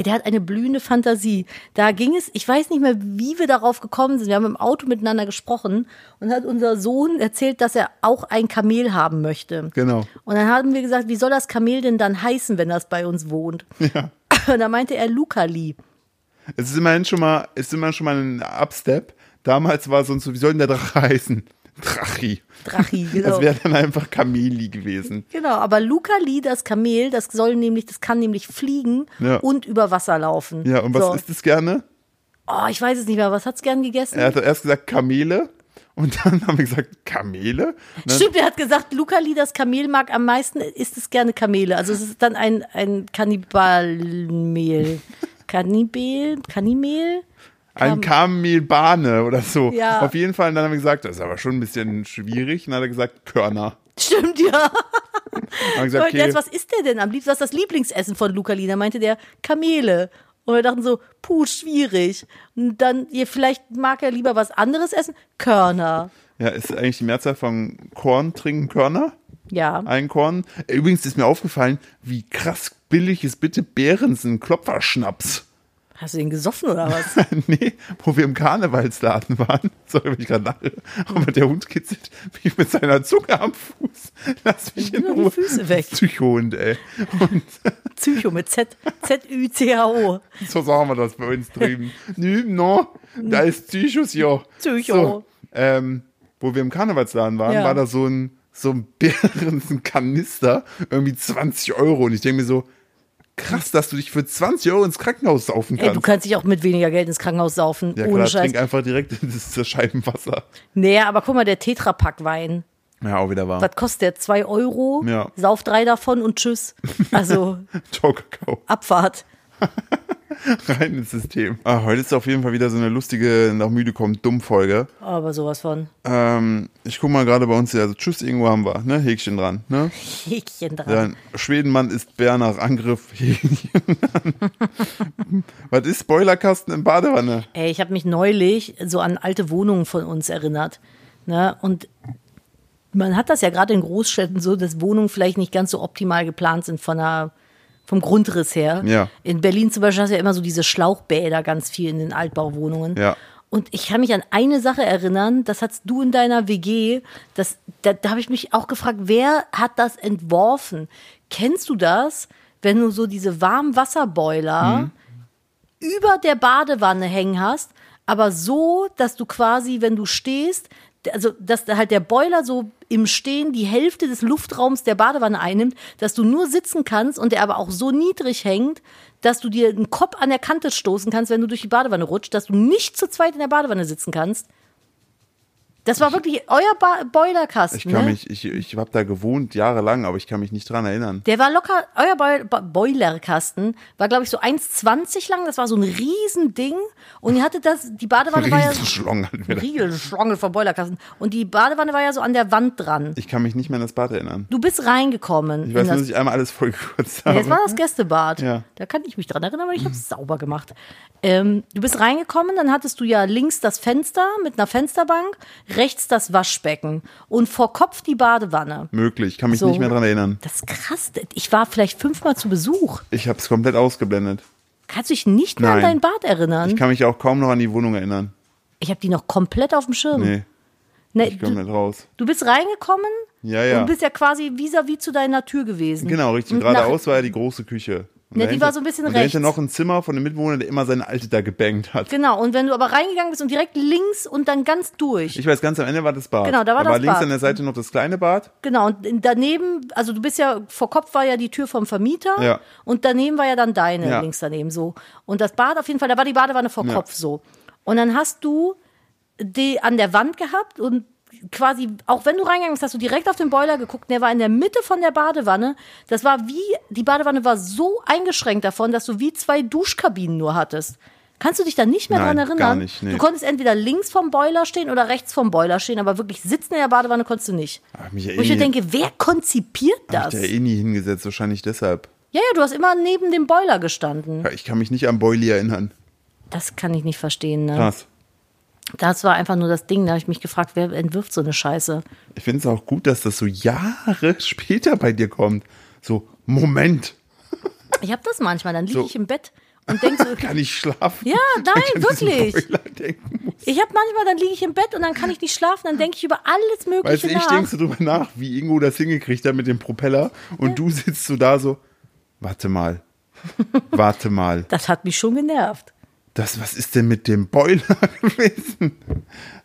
Speaker 2: der hat eine blühende Fantasie. Da ging es, ich weiß nicht mehr, wie wir darauf gekommen sind. Wir haben im Auto miteinander gesprochen und hat unser Sohn erzählt, dass er auch ein Kamel haben möchte.
Speaker 1: Genau.
Speaker 2: Und dann haben wir gesagt, wie soll das Kamel denn dann heißen, wenn das bei uns wohnt?
Speaker 1: Ja.
Speaker 2: Und da meinte er Lukali.
Speaker 1: Es ist immerhin schon mal, es ist immerhin schon mal ein Upstep. Damals war sonst so, wie soll denn der Drache heißen? Drachi.
Speaker 2: Drachi, genau.
Speaker 1: Das wäre dann einfach Kameli gewesen.
Speaker 2: Genau, aber Lukali, das Kamel, das soll nämlich, das kann nämlich fliegen
Speaker 1: Ja.
Speaker 2: und über Wasser laufen.
Speaker 1: Ja, und was
Speaker 2: so.
Speaker 1: ist das gerne?
Speaker 2: Oh, ich weiß es nicht mehr. Was hat's gern gegessen?
Speaker 1: Er hat erst gesagt Kamele und dann haben wir gesagt Kamele. Und dann,
Speaker 2: Stimmt, er hat gesagt, Lukali, das Kamel mag am meisten, isst es gerne Kamele. Also es ist dann ein, ein Kannibalmehl. Kannibel? Kannimel?
Speaker 1: ein Kamelbane oder so.
Speaker 2: Ja.
Speaker 1: Auf jeden Fall. Und dann haben wir gesagt, das ist aber schon ein bisschen schwierig. Und dann hat er gesagt Körner.
Speaker 2: Stimmt, ja.
Speaker 1: Dann haben wir
Speaker 2: Und
Speaker 1: gesagt, okay,
Speaker 2: jetzt, was isst der denn am liebsten? Was ist das Lieblingsessen von Lukali? Da meinte der Kamele. Und wir dachten so, puh, schwierig. Und dann, ja, vielleicht mag er lieber was anderes essen? Körner.
Speaker 1: ja, ist eigentlich die Mehrzahl von Korn trinken Körner?
Speaker 2: Ja.
Speaker 1: Ein Korn. Übrigens ist mir aufgefallen, wie krass billig ist bitte Behrensen Klopferschnaps.
Speaker 2: Hast du den gesoffen oder was?
Speaker 1: nee, wo wir im Karnevalsladen waren. Sorry, wenn ich gerade lache. Aber der Hund kitzelt mich mit seiner Zunge am Fuß. Lass mich in
Speaker 2: Nur die
Speaker 1: Ruhe.
Speaker 2: Füße weg.
Speaker 1: Psychohund, ey. Und
Speaker 2: Psycho mit Z. Z-Ü-C-H-O.
Speaker 1: so sagen wir das bei uns drüben. Nü, no, da ist Psychos, ja.
Speaker 2: Psycho.
Speaker 1: So, ähm, wo wir im Karnevalsladen waren,
Speaker 2: Ja.
Speaker 1: war da so ein, so ein Bärensen-Kanister, irgendwie 20 Euro. Und ich denke mir so, krass, dass du dich für 20 Euro ins Krankenhaus saufen
Speaker 2: Ey, du
Speaker 1: kannst.
Speaker 2: kannst dich auch mit weniger Geld ins Krankenhaus saufen.
Speaker 1: ja
Speaker 2: ohne
Speaker 1: klar,
Speaker 2: Scheiß.
Speaker 1: trink einfach direkt das das Scheibenwasser.
Speaker 2: Naja, aber guck mal, der Tetrapack-Wein,
Speaker 1: Ja, auch wieder wahr.
Speaker 2: was kostet der? Zwei Euro,
Speaker 1: Ja.
Speaker 2: sauf drei davon und tschüss. Also
Speaker 1: Ciao, Kakao.
Speaker 2: Abfahrt.
Speaker 1: Rein ins System. Ah, heute ist auf jeden Fall wieder so eine lustige, nach müde kommt, dumm Folge.
Speaker 2: Aber sowas von.
Speaker 1: Ähm, ich guck mal gerade bei uns hier. Also, tschüss, irgendwo haben wir, ne? Häkchen dran, ne?
Speaker 2: Häkchen dran.
Speaker 1: Dann, Schwedenmann ist Bär nach Angriff. Häkchen dran. Was ist Spoilerkasten im Badewanne?
Speaker 2: Ey, ich habe mich neulich so an alte Wohnungen von uns erinnert. Ne? Und man hat das ja gerade in Großstädten so, dass Wohnungen vielleicht nicht ganz so optimal geplant sind von der, vom Grundriss her.
Speaker 1: Ja.
Speaker 2: In Berlin zum Beispiel hast du ja immer so diese Schlauchbäder ganz viel in den Altbauwohnungen.
Speaker 1: Ja.
Speaker 2: Und ich kann mich an eine Sache erinnern, das hast du in deiner WG, das, da, da habe ich mich auch gefragt, wer hat das entworfen? Kennst du das, wenn du so diese
Speaker 1: Hm.
Speaker 2: Warmwasserboiler über der Badewanne hängen hast, aber so, dass du quasi, wenn du stehst, d- also dass da halt der Boiler so im Stehen die Hälfte des Luftraums der Badewanne einnimmt, dass du nur sitzen kannst und der aber auch so niedrig hängt, dass du dir einen Kopf an der Kante stoßen kannst, wenn du durch die Badewanne rutscht, dass du nicht zu zweit in der Badewanne sitzen kannst. Das war wirklich euer ba Boilerkasten.
Speaker 1: Ich kann
Speaker 2: ne?
Speaker 1: mich, ich, ich habe da gewohnt jahrelang, aber ich kann mich nicht dran erinnern.
Speaker 2: Der war locker, euer Boi- Bo Boilerkasten war, glaube ich, so 1,20 lang. Das war so ein Riesending. Und ihr hattet das, die Badewanne war ja.
Speaker 1: Riesenschlong hatten wir da.
Speaker 2: Riesenschlange vom Boilerkasten. Und die Badewanne war ja so an der Wand dran.
Speaker 1: Ich kann mich nicht mehr an das Bad erinnern.
Speaker 2: Du bist reingekommen.
Speaker 1: Ich weiß
Speaker 2: in
Speaker 1: nur,
Speaker 2: das
Speaker 1: dass ich einmal alles vollgekürzt
Speaker 2: Ja,
Speaker 1: habe.
Speaker 2: Jetzt war das Gästebad.
Speaker 1: Ja.
Speaker 2: Da kann ich mich dran erinnern, weil ich habe es sauber gemacht. Ähm, du bist reingekommen, dann hattest du ja links das Fenster mit einer Fensterbank, rechts das Waschbecken und vor Kopf die Badewanne.
Speaker 1: Möglich, ich kann mich
Speaker 2: So.
Speaker 1: nicht mehr dran erinnern.
Speaker 2: Das ist krass. Ich war vielleicht fünfmal zu Besuch.
Speaker 1: Ich habe es komplett ausgeblendet.
Speaker 2: Kannst du dich nicht mehr
Speaker 1: Nein.
Speaker 2: an dein Bad erinnern?
Speaker 1: Ich
Speaker 2: Ich,
Speaker 1: kann mich auch kaum noch an die Wohnung erinnern.
Speaker 2: habe die noch komplett auf dem Schirm.
Speaker 1: Nee,
Speaker 2: Ne,
Speaker 1: ich komme
Speaker 2: du,
Speaker 1: nicht raus.
Speaker 2: du bist reingekommen
Speaker 1: Ja, ja.
Speaker 2: und bist ja quasi vis-à-vis zu deiner Tür gewesen.
Speaker 1: Genau, richtig.
Speaker 2: Und Hm. nach-
Speaker 1: Geradeaus war ja die große Küche. Und
Speaker 2: Ne, die
Speaker 1: dahinter-
Speaker 2: war so ein bisschen
Speaker 1: und dahinter
Speaker 2: rechts.
Speaker 1: noch ein Zimmer von dem Mitbewohner, der immer seine Alte da gebankt hat.
Speaker 2: Genau, und wenn du aber reingegangen bist und direkt links und dann ganz durch.
Speaker 1: Ich weiß, ganz am Ende war das Bad.
Speaker 2: Genau, da war
Speaker 1: da war
Speaker 2: das
Speaker 1: links
Speaker 2: Bad.
Speaker 1: an der Seite noch das kleine Bad.
Speaker 2: Genau, und in- daneben, also du bist ja, vor Kopf war ja die Tür vom Vermieter
Speaker 1: Ja.
Speaker 2: und daneben war ja dann deine,
Speaker 1: Ja.
Speaker 2: links daneben so. Und das Bad auf jeden Fall, da war die Badewanne vor
Speaker 1: Ja.
Speaker 2: Kopf so. Und dann hast du die an der Wand gehabt und quasi, auch wenn du reingegangen bist, hast du direkt auf den Boiler geguckt und der war in der Mitte von der Badewanne. Das war wie, die Badewanne war so eingeschränkt davon, dass du wie zwei Duschkabinen nur hattest. Kannst du dich da nicht mehr
Speaker 1: Nein,
Speaker 2: dran erinnern?
Speaker 1: gar nicht, nee.
Speaker 2: Du konntest entweder links vom Boiler stehen oder rechts vom Boiler stehen, aber wirklich sitzen in der Badewanne konntest du nicht.
Speaker 1: Hab mich ja
Speaker 2: Wo
Speaker 1: eh
Speaker 2: ich mir
Speaker 1: nie,
Speaker 2: denke, wer konzipiert
Speaker 1: hab
Speaker 2: das?
Speaker 1: ich da
Speaker 2: Ja,
Speaker 1: eh nie hingesetzt, wahrscheinlich deshalb.
Speaker 2: ja, du hast immer neben dem Boiler gestanden.
Speaker 1: Ja, Ich kann mich nicht an Boily erinnern.
Speaker 2: Das kann ich nicht verstehen. Ne?
Speaker 1: Krass.
Speaker 2: Das war einfach nur das Ding. Da habe ich mich gefragt, wer entwirft so eine Scheiße?
Speaker 1: Ich finde es auch gut, dass das so Jahre später bei dir kommt. So, Moment,
Speaker 2: Ich habe das manchmal. Dann liege
Speaker 1: So.
Speaker 2: ich im Bett und denke so,
Speaker 1: kann ich schlafen?
Speaker 2: Ja, nein,
Speaker 1: Ich an diesen
Speaker 2: wirklich.
Speaker 1: Boiler denken muss.
Speaker 2: ich habe manchmal, dann liege ich im Bett und dann kann ich nicht schlafen. Dann denke ich über
Speaker 1: Weißt
Speaker 2: alles Mögliche
Speaker 1: du, ich
Speaker 2: nach.
Speaker 1: denke so drüber nach, wie Ingo das hingekriegt hat mit dem Propeller und du sitzt so da so, warte mal, warte mal,
Speaker 2: Das hat mich schon genervt.
Speaker 1: das, was ist denn mit dem Boiler gewesen?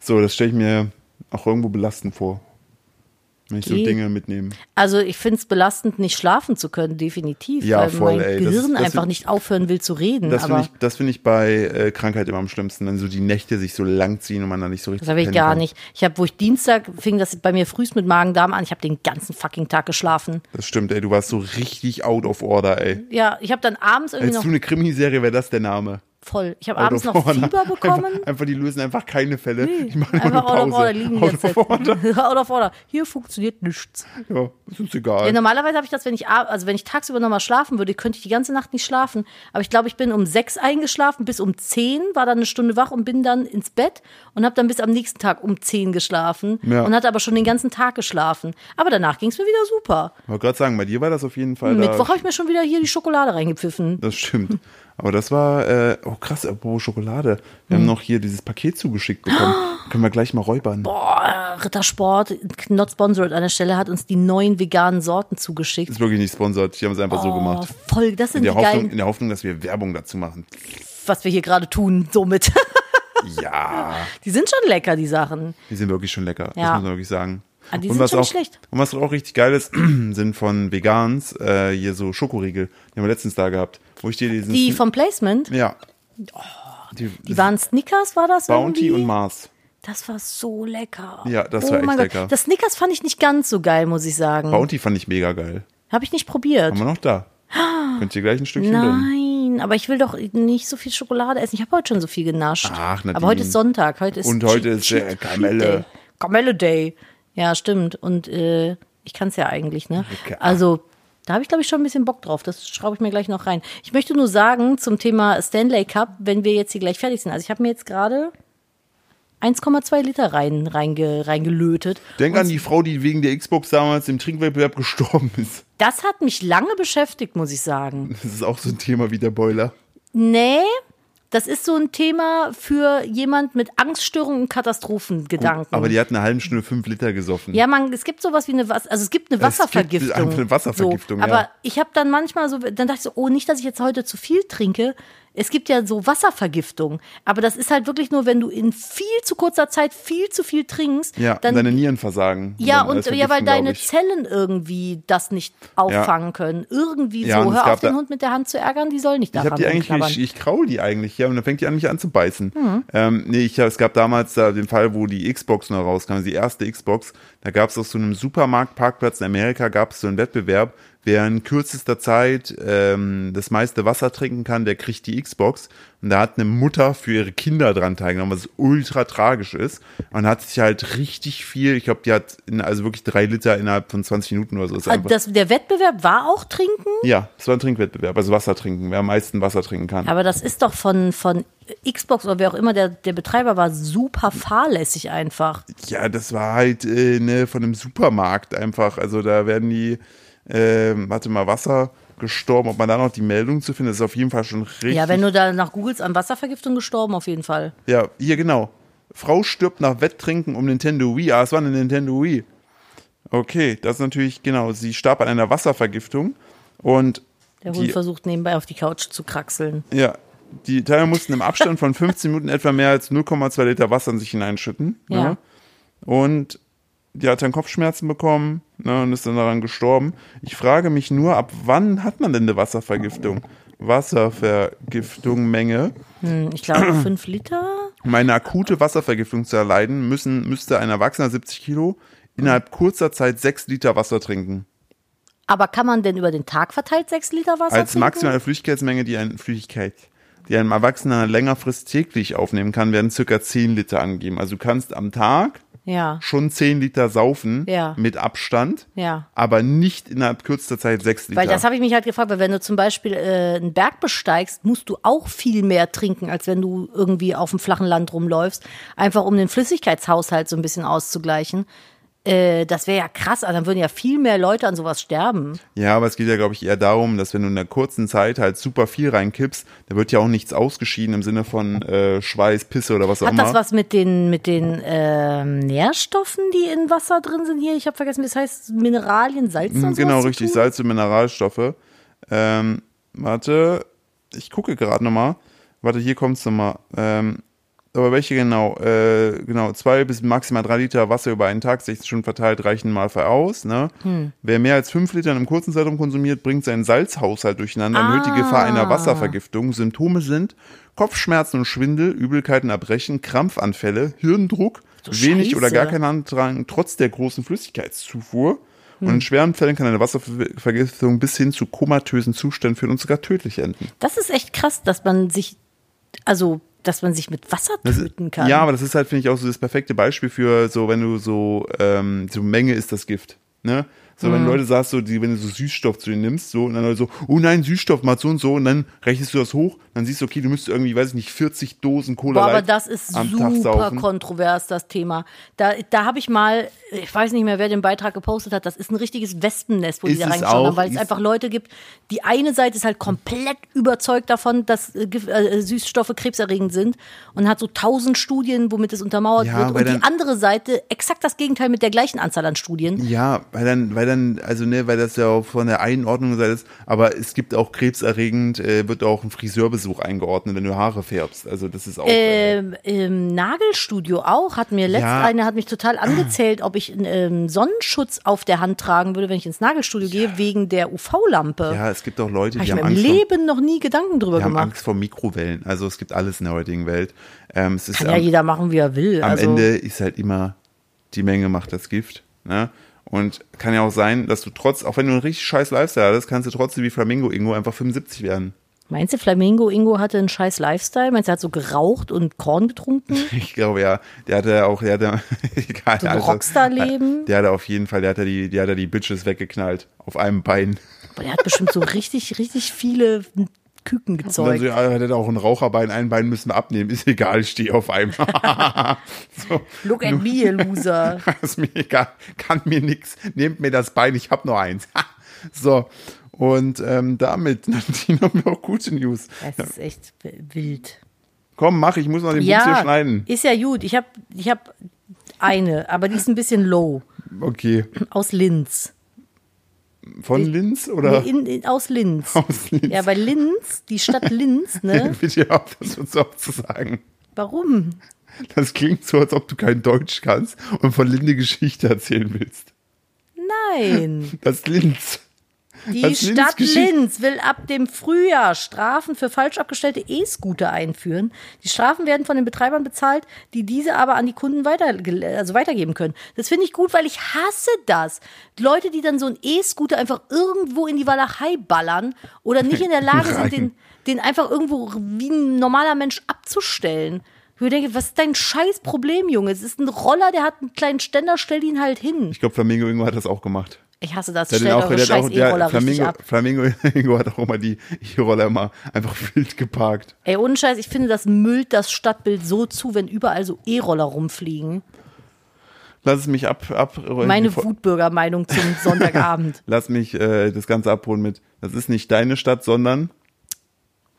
Speaker 1: So, das stelle ich mir auch irgendwo belastend vor, wenn ich so
Speaker 2: Geh.
Speaker 1: Dinge mitnehme.
Speaker 2: Also ich finde es belastend, nicht schlafen zu können, definitiv,
Speaker 1: Ja,
Speaker 2: weil
Speaker 1: voll,
Speaker 2: mein
Speaker 1: ey. Das-
Speaker 2: Gehirn
Speaker 1: das-
Speaker 2: einfach nicht aufhören will zu reden.
Speaker 1: Das
Speaker 2: aber
Speaker 1: finde ich, das find ich bei äh, Krankheit immer am schlimmsten, wenn so die Nächte sich so lang ziehen und man da nicht so richtig
Speaker 2: Das habe ich
Speaker 1: pennen
Speaker 2: gar
Speaker 1: kann.
Speaker 2: nicht. Ich habe, wo ich Dienstag fing das bei mir frühst mit Magen-Darm an. Ich habe den ganzen fucking Tag geschlafen.
Speaker 1: Das stimmt, ey, du warst so richtig out of order, ey.
Speaker 2: Ja, ich habe dann abends irgendwie
Speaker 1: Hättest
Speaker 2: Hm, noch
Speaker 1: du eine Krimiserie, wäre das der Name.
Speaker 2: voll. Ich habe
Speaker 1: Out
Speaker 2: abends
Speaker 1: of
Speaker 2: noch
Speaker 1: order.
Speaker 2: Fieber bekommen.
Speaker 1: Einfach, einfach, die lösen einfach keine Fälle. Die machen immer eine
Speaker 2: Einfach out of
Speaker 1: Pause.
Speaker 2: order liegen die ganze
Speaker 1: Out
Speaker 2: Zeit.
Speaker 1: of order.
Speaker 2: Out of order. Hier funktioniert nichts.
Speaker 1: Ja, ist uns egal.
Speaker 2: Ja, normalerweise habe ich das, wenn ich ab- also wenn ich tagsüber nochmal schlafen würde, könnte ich die ganze Nacht nicht schlafen. Aber ich glaube, ich bin um sechs eingeschlafen, bis um zehn, war dann eine Stunde wach und bin dann ins Bett und habe dann bis am nächsten Tag um zehn geschlafen
Speaker 1: Ja.
Speaker 2: und hatte aber schon den ganzen Tag geschlafen. Aber danach ging es mir wieder super.
Speaker 1: Ich wollte gerade sagen, bei dir war das auf jeden Fall.
Speaker 2: Hm, Mittwoch
Speaker 1: Da,
Speaker 2: habe ich mir schon wieder hier die Schokolade reingepfiffen.
Speaker 1: das stimmt. Aber das war, äh, oh krass, apropos Schokolade. Wir
Speaker 2: Hm.
Speaker 1: haben noch hier dieses Paket zugeschickt bekommen. Können wir gleich mal räubern.
Speaker 2: Boah, Rittersport, not sponsored an der Stelle, hat uns die neuen veganen Sorten zugeschickt.
Speaker 1: Ist wirklich nicht sponsert. Die haben es einfach so
Speaker 2: Oh,
Speaker 1: gemacht.
Speaker 2: voll, das sind
Speaker 1: In der,
Speaker 2: die
Speaker 1: Hoffnung, in
Speaker 2: geilen,
Speaker 1: der Hoffnung, dass wir Werbung dazu machen.
Speaker 2: was wir hier gerade tun, somit.
Speaker 1: Ja,
Speaker 2: Die sind schon lecker, die Sachen.
Speaker 1: die sind wirklich schon lecker.
Speaker 2: Ja.
Speaker 1: Das muss man wirklich sagen.
Speaker 2: Ah, die sind
Speaker 1: was
Speaker 2: schon
Speaker 1: auch,
Speaker 2: schlecht.
Speaker 1: Und was auch richtig geil ist, sind von Vegans äh, hier so Schokoriegel. Die haben wir letztens da gehabt. Wo ich dir diesen.
Speaker 2: Die vom Placement,
Speaker 1: ja. die,
Speaker 2: die waren Snickers, war das
Speaker 1: Bounty
Speaker 2: irgendwie?
Speaker 1: und Mars.
Speaker 2: Das war so lecker. Oh
Speaker 1: Ja, das war echt
Speaker 2: mein
Speaker 1: lecker.
Speaker 2: Das Snickers fand ich nicht ganz so geil, muss ich sagen.
Speaker 1: Bounty fand ich mega geil.
Speaker 2: Habe ich nicht probiert.
Speaker 1: Haben wir noch da? Könnt ihr gleich ein Stückchen bringen.
Speaker 2: Nein, aber ich will doch nicht so viel Schokolade essen. Ich habe heute schon so viel genascht.
Speaker 1: Ach, Nadine.
Speaker 2: aber heute ist Sonntag. Heute ist
Speaker 1: Und heute ist, äh, Kamelle.
Speaker 2: Day. Kamelle Day. Ja, stimmt. Und äh, ich kann es ja eigentlich, ne?
Speaker 1: Lecker.
Speaker 2: Also, da habe ich, glaube ich, schon ein bisschen Bock drauf. Das schraube ich mir gleich noch rein. Ich möchte nur sagen zum Thema Stanley Cup, wenn wir jetzt hier gleich fertig sind. Also, ich habe mir jetzt gerade 1,2 Liter rein, reinge, reingelötet.
Speaker 1: Denk an die Frau, die wegen der Xbox damals im Trinkwettbewerb gestorben ist.
Speaker 2: Das hat mich lange beschäftigt, muss ich sagen.
Speaker 1: Das ist auch so ein Thema wie der Boiler.
Speaker 2: Nee, das ist so ein Thema für jemand mit Angststörungen und Katastrophengedanken.
Speaker 1: Aber die hat eine halbe Stunde fünf Liter gesoffen.
Speaker 2: ja, man, es gibt sowas wie eine, Was- also es gibt eine
Speaker 1: Es gibt
Speaker 2: Wasservergiftung.
Speaker 1: einfach eine Wasservergiftung,
Speaker 2: so,
Speaker 1: ja.
Speaker 2: Aber ich habe dann manchmal so, dann dachte ich so, oh, nicht, dass ich jetzt heute zu viel trinke. Es gibt ja so Wasservergiftung, aber das ist halt wirklich nur, wenn du in viel zu kurzer Zeit viel zu viel trinkst,
Speaker 1: Ja,
Speaker 2: dann
Speaker 1: deine Nieren versagen.
Speaker 2: ja,
Speaker 1: Dann
Speaker 2: und
Speaker 1: alles
Speaker 2: ja, weil
Speaker 1: vergiften, glaub
Speaker 2: deine
Speaker 1: ich.
Speaker 2: Zellen irgendwie das nicht auffangen können. Irgendwie
Speaker 1: Ja,
Speaker 2: so.
Speaker 1: und es
Speaker 2: Hör auf,
Speaker 1: gab
Speaker 2: den
Speaker 1: da-
Speaker 2: Hund mit der Hand zu ärgern, die soll nicht
Speaker 1: Ich
Speaker 2: daran
Speaker 1: hab die eigentlich,
Speaker 2: rumknabbern.
Speaker 1: ich, ich kraul die eigentlich, ja, und dann fängt die an, mich anzubeißen.
Speaker 2: Mhm.
Speaker 1: Ähm, nee, ich, es gab damals da den Fall, wo die Xbox neu rauskam, die erste Xbox, da gab es auf so einem Supermarktparkplatz in Amerika, gab es so einen Wettbewerb, wer in kürzester Zeit ähm, das meiste Wasser trinken kann, der kriegt die Xbox. Und da hat eine Mutter für ihre Kinder dran teilgenommen, was ultra tragisch ist. Und hat sich halt richtig viel, ich glaube, die hat in, also wirklich drei Liter innerhalb von 20 Minuten oder so. Ist
Speaker 2: Ah,
Speaker 1: einfach,
Speaker 2: das, der Wettbewerb war auch trinken,
Speaker 1: ja, es war ein Trinkwettbewerb, also Wasser trinken, wer am meisten Wasser trinken kann.
Speaker 2: aber das ist doch von, von Xbox oder wer auch immer der, der Betreiber war, super fahrlässig einfach.
Speaker 1: Ja, das war halt äh, ne, von einem Supermarkt einfach. Also da werden die, ähm, warte mal, Wasser gestorben. Ob man da noch die Meldung zu finden, das ist auf jeden Fall schon richtig.
Speaker 2: Ja, wenn du da nach Googles an Wasservergiftung gestorben, auf jeden Fall.
Speaker 1: ja hier genau. Frau stirbt nach Wetttrinken um Nintendo Wii. Ah, es war eine Nintendo Wii. Okay, das ist natürlich, genau. Sie starb an einer Wasservergiftung und
Speaker 2: Der Hund
Speaker 1: die,
Speaker 2: versucht nebenbei auf die Couch zu kraxeln.
Speaker 1: ja, die Teilnehmer mussten im Abstand von 15 Minuten etwa mehr als 0,2 Liter Wasser in sich hineinschütten.
Speaker 2: Ja.
Speaker 1: Ne? Und die hat dann Kopfschmerzen bekommen ne, und ist dann daran gestorben. Ich frage mich nur, ab wann hat man denn eine Wasservergiftung? Wasservergiftung Menge.
Speaker 2: Hm, Ich glaube, fünf Liter?
Speaker 1: Um eine akute Wasservergiftung zu erleiden, müssen, müsste ein Erwachsener 70 Kilo innerhalb kurzer Zeit 6 Liter Wasser trinken.
Speaker 2: Aber kann man denn über den Tag verteilt sechs Liter Wasser
Speaker 1: Als
Speaker 2: trinken?
Speaker 1: maximale Flüssigkeitsmenge, die ein Flüssigkeit, die einem Erwachsenen längerfristig täglich aufnehmen kann, werden circa 10 Liter angegeben. Also du kannst am Tag
Speaker 2: Ja,
Speaker 1: schon 10 Liter saufen
Speaker 2: Ja.
Speaker 1: mit Abstand,
Speaker 2: ja.
Speaker 1: aber nicht innerhalb kürzester Zeit 6 Liter.
Speaker 2: Weil das habe ich mich halt gefragt, weil wenn du zum Beispiel äh, einen Berg besteigst, musst du auch viel mehr trinken, als wenn du irgendwie auf dem flachen Land rumläufst, einfach um den Flüssigkeitshaushalt so ein bisschen auszugleichen. Äh, das wäre ja krass, also dann würden ja viel mehr Leute an sowas sterben.
Speaker 1: ja, aber es geht ja, glaube ich, eher darum, dass wenn du in einer kurzen Zeit halt super viel reinkippst, da wird ja auch nichts ausgeschieden im Sinne von äh, Schweiß, Pisse oder was auch
Speaker 2: Hat
Speaker 1: immer.
Speaker 2: das was mit den, mit den ähm, Nährstoffen, die in Wasser drin sind hier? Ich habe vergessen, wie es heißt, Mineralien, Salz oder sowas
Speaker 1: genau,
Speaker 2: zu
Speaker 1: richtig,
Speaker 2: tun?
Speaker 1: Salz und Mineralstoffe. Ähm, warte, ich gucke gerade nochmal. Warte, hier kommt es nochmal. Ähm, aber welche genau? Äh, genau, zwei bis maximal drei Liter Wasser über einen Tag, 16 Stunden verteilt, reichen mal für aus. Ne?
Speaker 2: Hm.
Speaker 1: Wer mehr als fünf Liter in einem kurzen Zeitraum konsumiert, bringt seinen Salzhaushalt durcheinander, erhöht die Gefahr
Speaker 2: Ah.
Speaker 1: einer Wasservergiftung. Symptome sind Kopfschmerzen und Schwindel, Übelkeiten, Erbrechen, Krampfanfälle, Hirndruck,
Speaker 2: Du
Speaker 1: wenig oder gar
Speaker 2: Scheiße.
Speaker 1: kein Andrang trotz der großen Flüssigkeitszufuhr. Und
Speaker 2: Hm.
Speaker 1: in schweren Fällen kann eine Wasservergiftung bis hin zu komatösen Zuständen führen und sogar tödlich enden.
Speaker 2: Das ist echt krass, dass man sich, also, dass man sich mit Wasser töten kann.
Speaker 1: Ja, aber das ist halt, finde ich, auch so das perfekte Beispiel für so, wenn du so, ähm, so Menge ist das Gift. Ne? So,
Speaker 2: Hm.
Speaker 1: wenn Leute sagst, so, die, wenn du so Süßstoff zu dir nimmst, so, und dann Leute so, oh nein, Süßstoff, mal so und so, und dann rechnest du das hoch, dann siehst du, okay, du müsstest irgendwie, weiß ich nicht, 40 Dosen Cola
Speaker 2: Boah, aber
Speaker 1: Light
Speaker 2: das ist
Speaker 1: am Tag
Speaker 2: super
Speaker 1: saufen.
Speaker 2: kontrovers, das Thema. Da, da habe ich mal, ich weiß nicht mehr, wer den Beitrag gepostet hat, das ist ein richtiges Wespennest, wo die
Speaker 1: Ist
Speaker 2: da
Speaker 1: es
Speaker 2: reingeschaut
Speaker 1: auch,
Speaker 2: haben, weil es
Speaker 1: ist-
Speaker 2: einfach Leute gibt, die eine Seite ist halt komplett überzeugt davon, dass äh, Gif- äh, Süßstoffe krebserregend sind und hat so tausend Studien, womit es untermauert
Speaker 1: Ja,
Speaker 2: wird.
Speaker 1: weil
Speaker 2: Und die
Speaker 1: dann-
Speaker 2: andere Seite exakt das Gegenteil mit der gleichen Anzahl an Studien.
Speaker 1: Ja, weil dann, weil dann, also ne, weil das ja auch von der Einordnung gesagt ist, aber es gibt auch krebserregend, äh, wird auch ein Friseurbesuch eingeordnet, wenn du Haare färbst. Also das ist auch. Äh,
Speaker 2: Ähm, Im Nagelstudio auch hat mir letzt
Speaker 1: Ja.
Speaker 2: eine hat mich total angezählt, ob ich ähm, Sonnenschutz auf der Hand tragen würde, wenn ich ins Nagelstudio gehe, wegen der UV-Lampe.
Speaker 1: ja, es gibt auch Leute,
Speaker 2: Habe
Speaker 1: die
Speaker 2: ich mir
Speaker 1: haben
Speaker 2: im
Speaker 1: Angst. Vor, die
Speaker 2: Leben noch nie Gedanken drüber
Speaker 1: haben
Speaker 2: gemacht.
Speaker 1: Angst vor Mikrowellen. Also es gibt alles in der heutigen Welt. Ähm, es ist
Speaker 2: Kann ja
Speaker 1: am-
Speaker 2: jeder machen, wie er will.
Speaker 1: am
Speaker 2: also,
Speaker 1: Ende ist halt immer die Menge macht das Gift. Ne? Und kann ja auch sein, dass du trotz, auch wenn du einen richtig scheiß Lifestyle hast, kannst du trotzdem wie Flamingo Ingo einfach 75 werden.
Speaker 2: Meinst du, Flamingo Ingo hatte einen scheiß Lifestyle? Meinst du, er hat so geraucht und Korn getrunken?
Speaker 1: Ich glaube ja, der hatte ja auch, der hatte egal,
Speaker 2: ein Rockstar-Leben?
Speaker 1: Der hatte auf jeden Fall, der hatte die, der hatte die Bitches weggeknallt auf einem Bein.
Speaker 2: Aber er hat bestimmt so richtig, richtig viele Küken
Speaker 1: Und dann so,
Speaker 2: gezeugt.
Speaker 1: ja, er hatte auch ein Raucherbein, ein Bein müssen wir abnehmen, ist egal, ich stehe auf einem. so,
Speaker 2: Look at me, ihr Loser.
Speaker 1: ist mir egal, kann mir nix, nehmt mir das Bein, ich habe nur eins. so. Und ähm, damit, Nadine, haben wir auch gute News.
Speaker 2: Das ist echt wild.
Speaker 1: Komm, mach, ich muss noch den Bums hier
Speaker 2: Ja,
Speaker 1: schneiden.
Speaker 2: ist ja gut. Ich habe ich hab eine, aber die ist ein bisschen low.
Speaker 1: Okay.
Speaker 2: Aus Linz.
Speaker 1: Von Linz oder?
Speaker 2: Nee, in, in, aus Linz.
Speaker 1: Aus Linz.
Speaker 2: Ja, weil Linz, die Stadt Linz, ne?
Speaker 1: Bitte hör auf, das uns auch zu sagen.
Speaker 2: Warum?
Speaker 1: Das klingt so, als ob du kein Deutsch kannst und von Linde Geschichte erzählen willst.
Speaker 2: Nein.
Speaker 1: Das Linz.
Speaker 2: Die
Speaker 1: Als Linz
Speaker 2: Stadt Linz,
Speaker 1: Geschichte-
Speaker 2: will ab dem Frühjahr Strafen für falsch abgestellte E-Scooter einführen. Die Strafen werden von den Betreibern bezahlt, die diese aber an die Kunden weiter, also weitergeben können. Das finde ich gut, weil ich hasse das. Leute, die dann so einen E-Scooter einfach irgendwo in die Walachei ballern oder nicht in der Lage sind,
Speaker 1: Rein.
Speaker 2: den, den einfach irgendwo wie ein normaler Mensch abzustellen. Wo Ich denke, was ist dein scheiß Problem, Junge? Es ist ein Roller, der hat einen kleinen Ständer, stell ihn halt hin.
Speaker 1: Ich glaube, Flamingo Ingo hat das auch gemacht.
Speaker 2: Ich hasse das.
Speaker 1: Der
Speaker 2: Stellt
Speaker 1: hat auch,
Speaker 2: eure
Speaker 1: der hat
Speaker 2: scheiß
Speaker 1: auch, der
Speaker 2: E-Roller richtig
Speaker 1: Flamingo,
Speaker 2: ab.
Speaker 1: Flamingo Ingo hat auch immer die E-Roller immer einfach wild geparkt.
Speaker 2: Ey, ohne Scheiß, ich finde, das müllt das Stadtbild so zu, wenn überall so E-Roller rumfliegen.
Speaker 1: Lass es mich ab, äh, abrollen.
Speaker 2: Meine
Speaker 1: Bevor-
Speaker 2: Wutbürgermeinung zum Sonntagabend.
Speaker 1: Lass mich äh, das Ganze abholen mit. Das ist nicht deine Stadt, sondern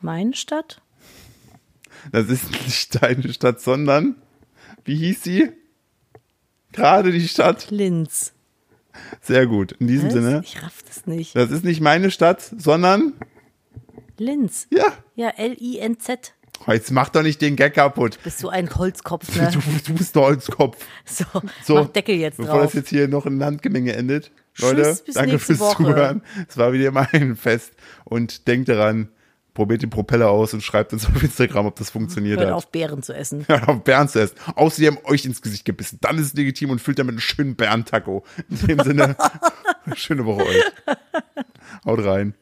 Speaker 2: Meine Stadt?
Speaker 1: Das ist nicht deine Stadt, sondern wie hieß sie? Gerade die Stadt.
Speaker 2: Linz.
Speaker 1: Sehr gut. In diesem
Speaker 2: Was?
Speaker 1: Sinne.
Speaker 2: Ich raff das nicht.
Speaker 1: Das ist nicht meine Stadt, sondern
Speaker 2: Linz.
Speaker 1: ja.
Speaker 2: Ja, L-I-N-Z.
Speaker 1: Oh, Jetzt mach doch nicht den Gag kaputt.
Speaker 2: Bist du ein Holzkopf,
Speaker 1: Du,
Speaker 2: ne?
Speaker 1: du bist doch als Kopf.
Speaker 2: So,
Speaker 1: So,
Speaker 2: mach Deckel jetzt
Speaker 1: bevor das
Speaker 2: drauf.
Speaker 1: jetzt hier noch in Landgemenge endet.
Speaker 2: Tschüss,
Speaker 1: Leute,
Speaker 2: bis
Speaker 1: danke
Speaker 2: nächste
Speaker 1: fürs
Speaker 2: Woche.
Speaker 1: Zuhören. Es war wieder mal ein Fest. Und denkt daran, probiert den Propeller aus und schreibt uns auf Instagram, ob das funktioniert
Speaker 2: Hört
Speaker 1: hat.
Speaker 2: auf, Beeren zu essen.
Speaker 1: Ja, auf Bären zu essen. Außer die haben euch ins Gesicht gebissen. Dann ist es legitim und füllt damit einen schönen Bärentaco. In dem Sinne, schöne Woche euch. Haut rein.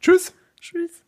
Speaker 1: Tschüss.
Speaker 2: Tschüss.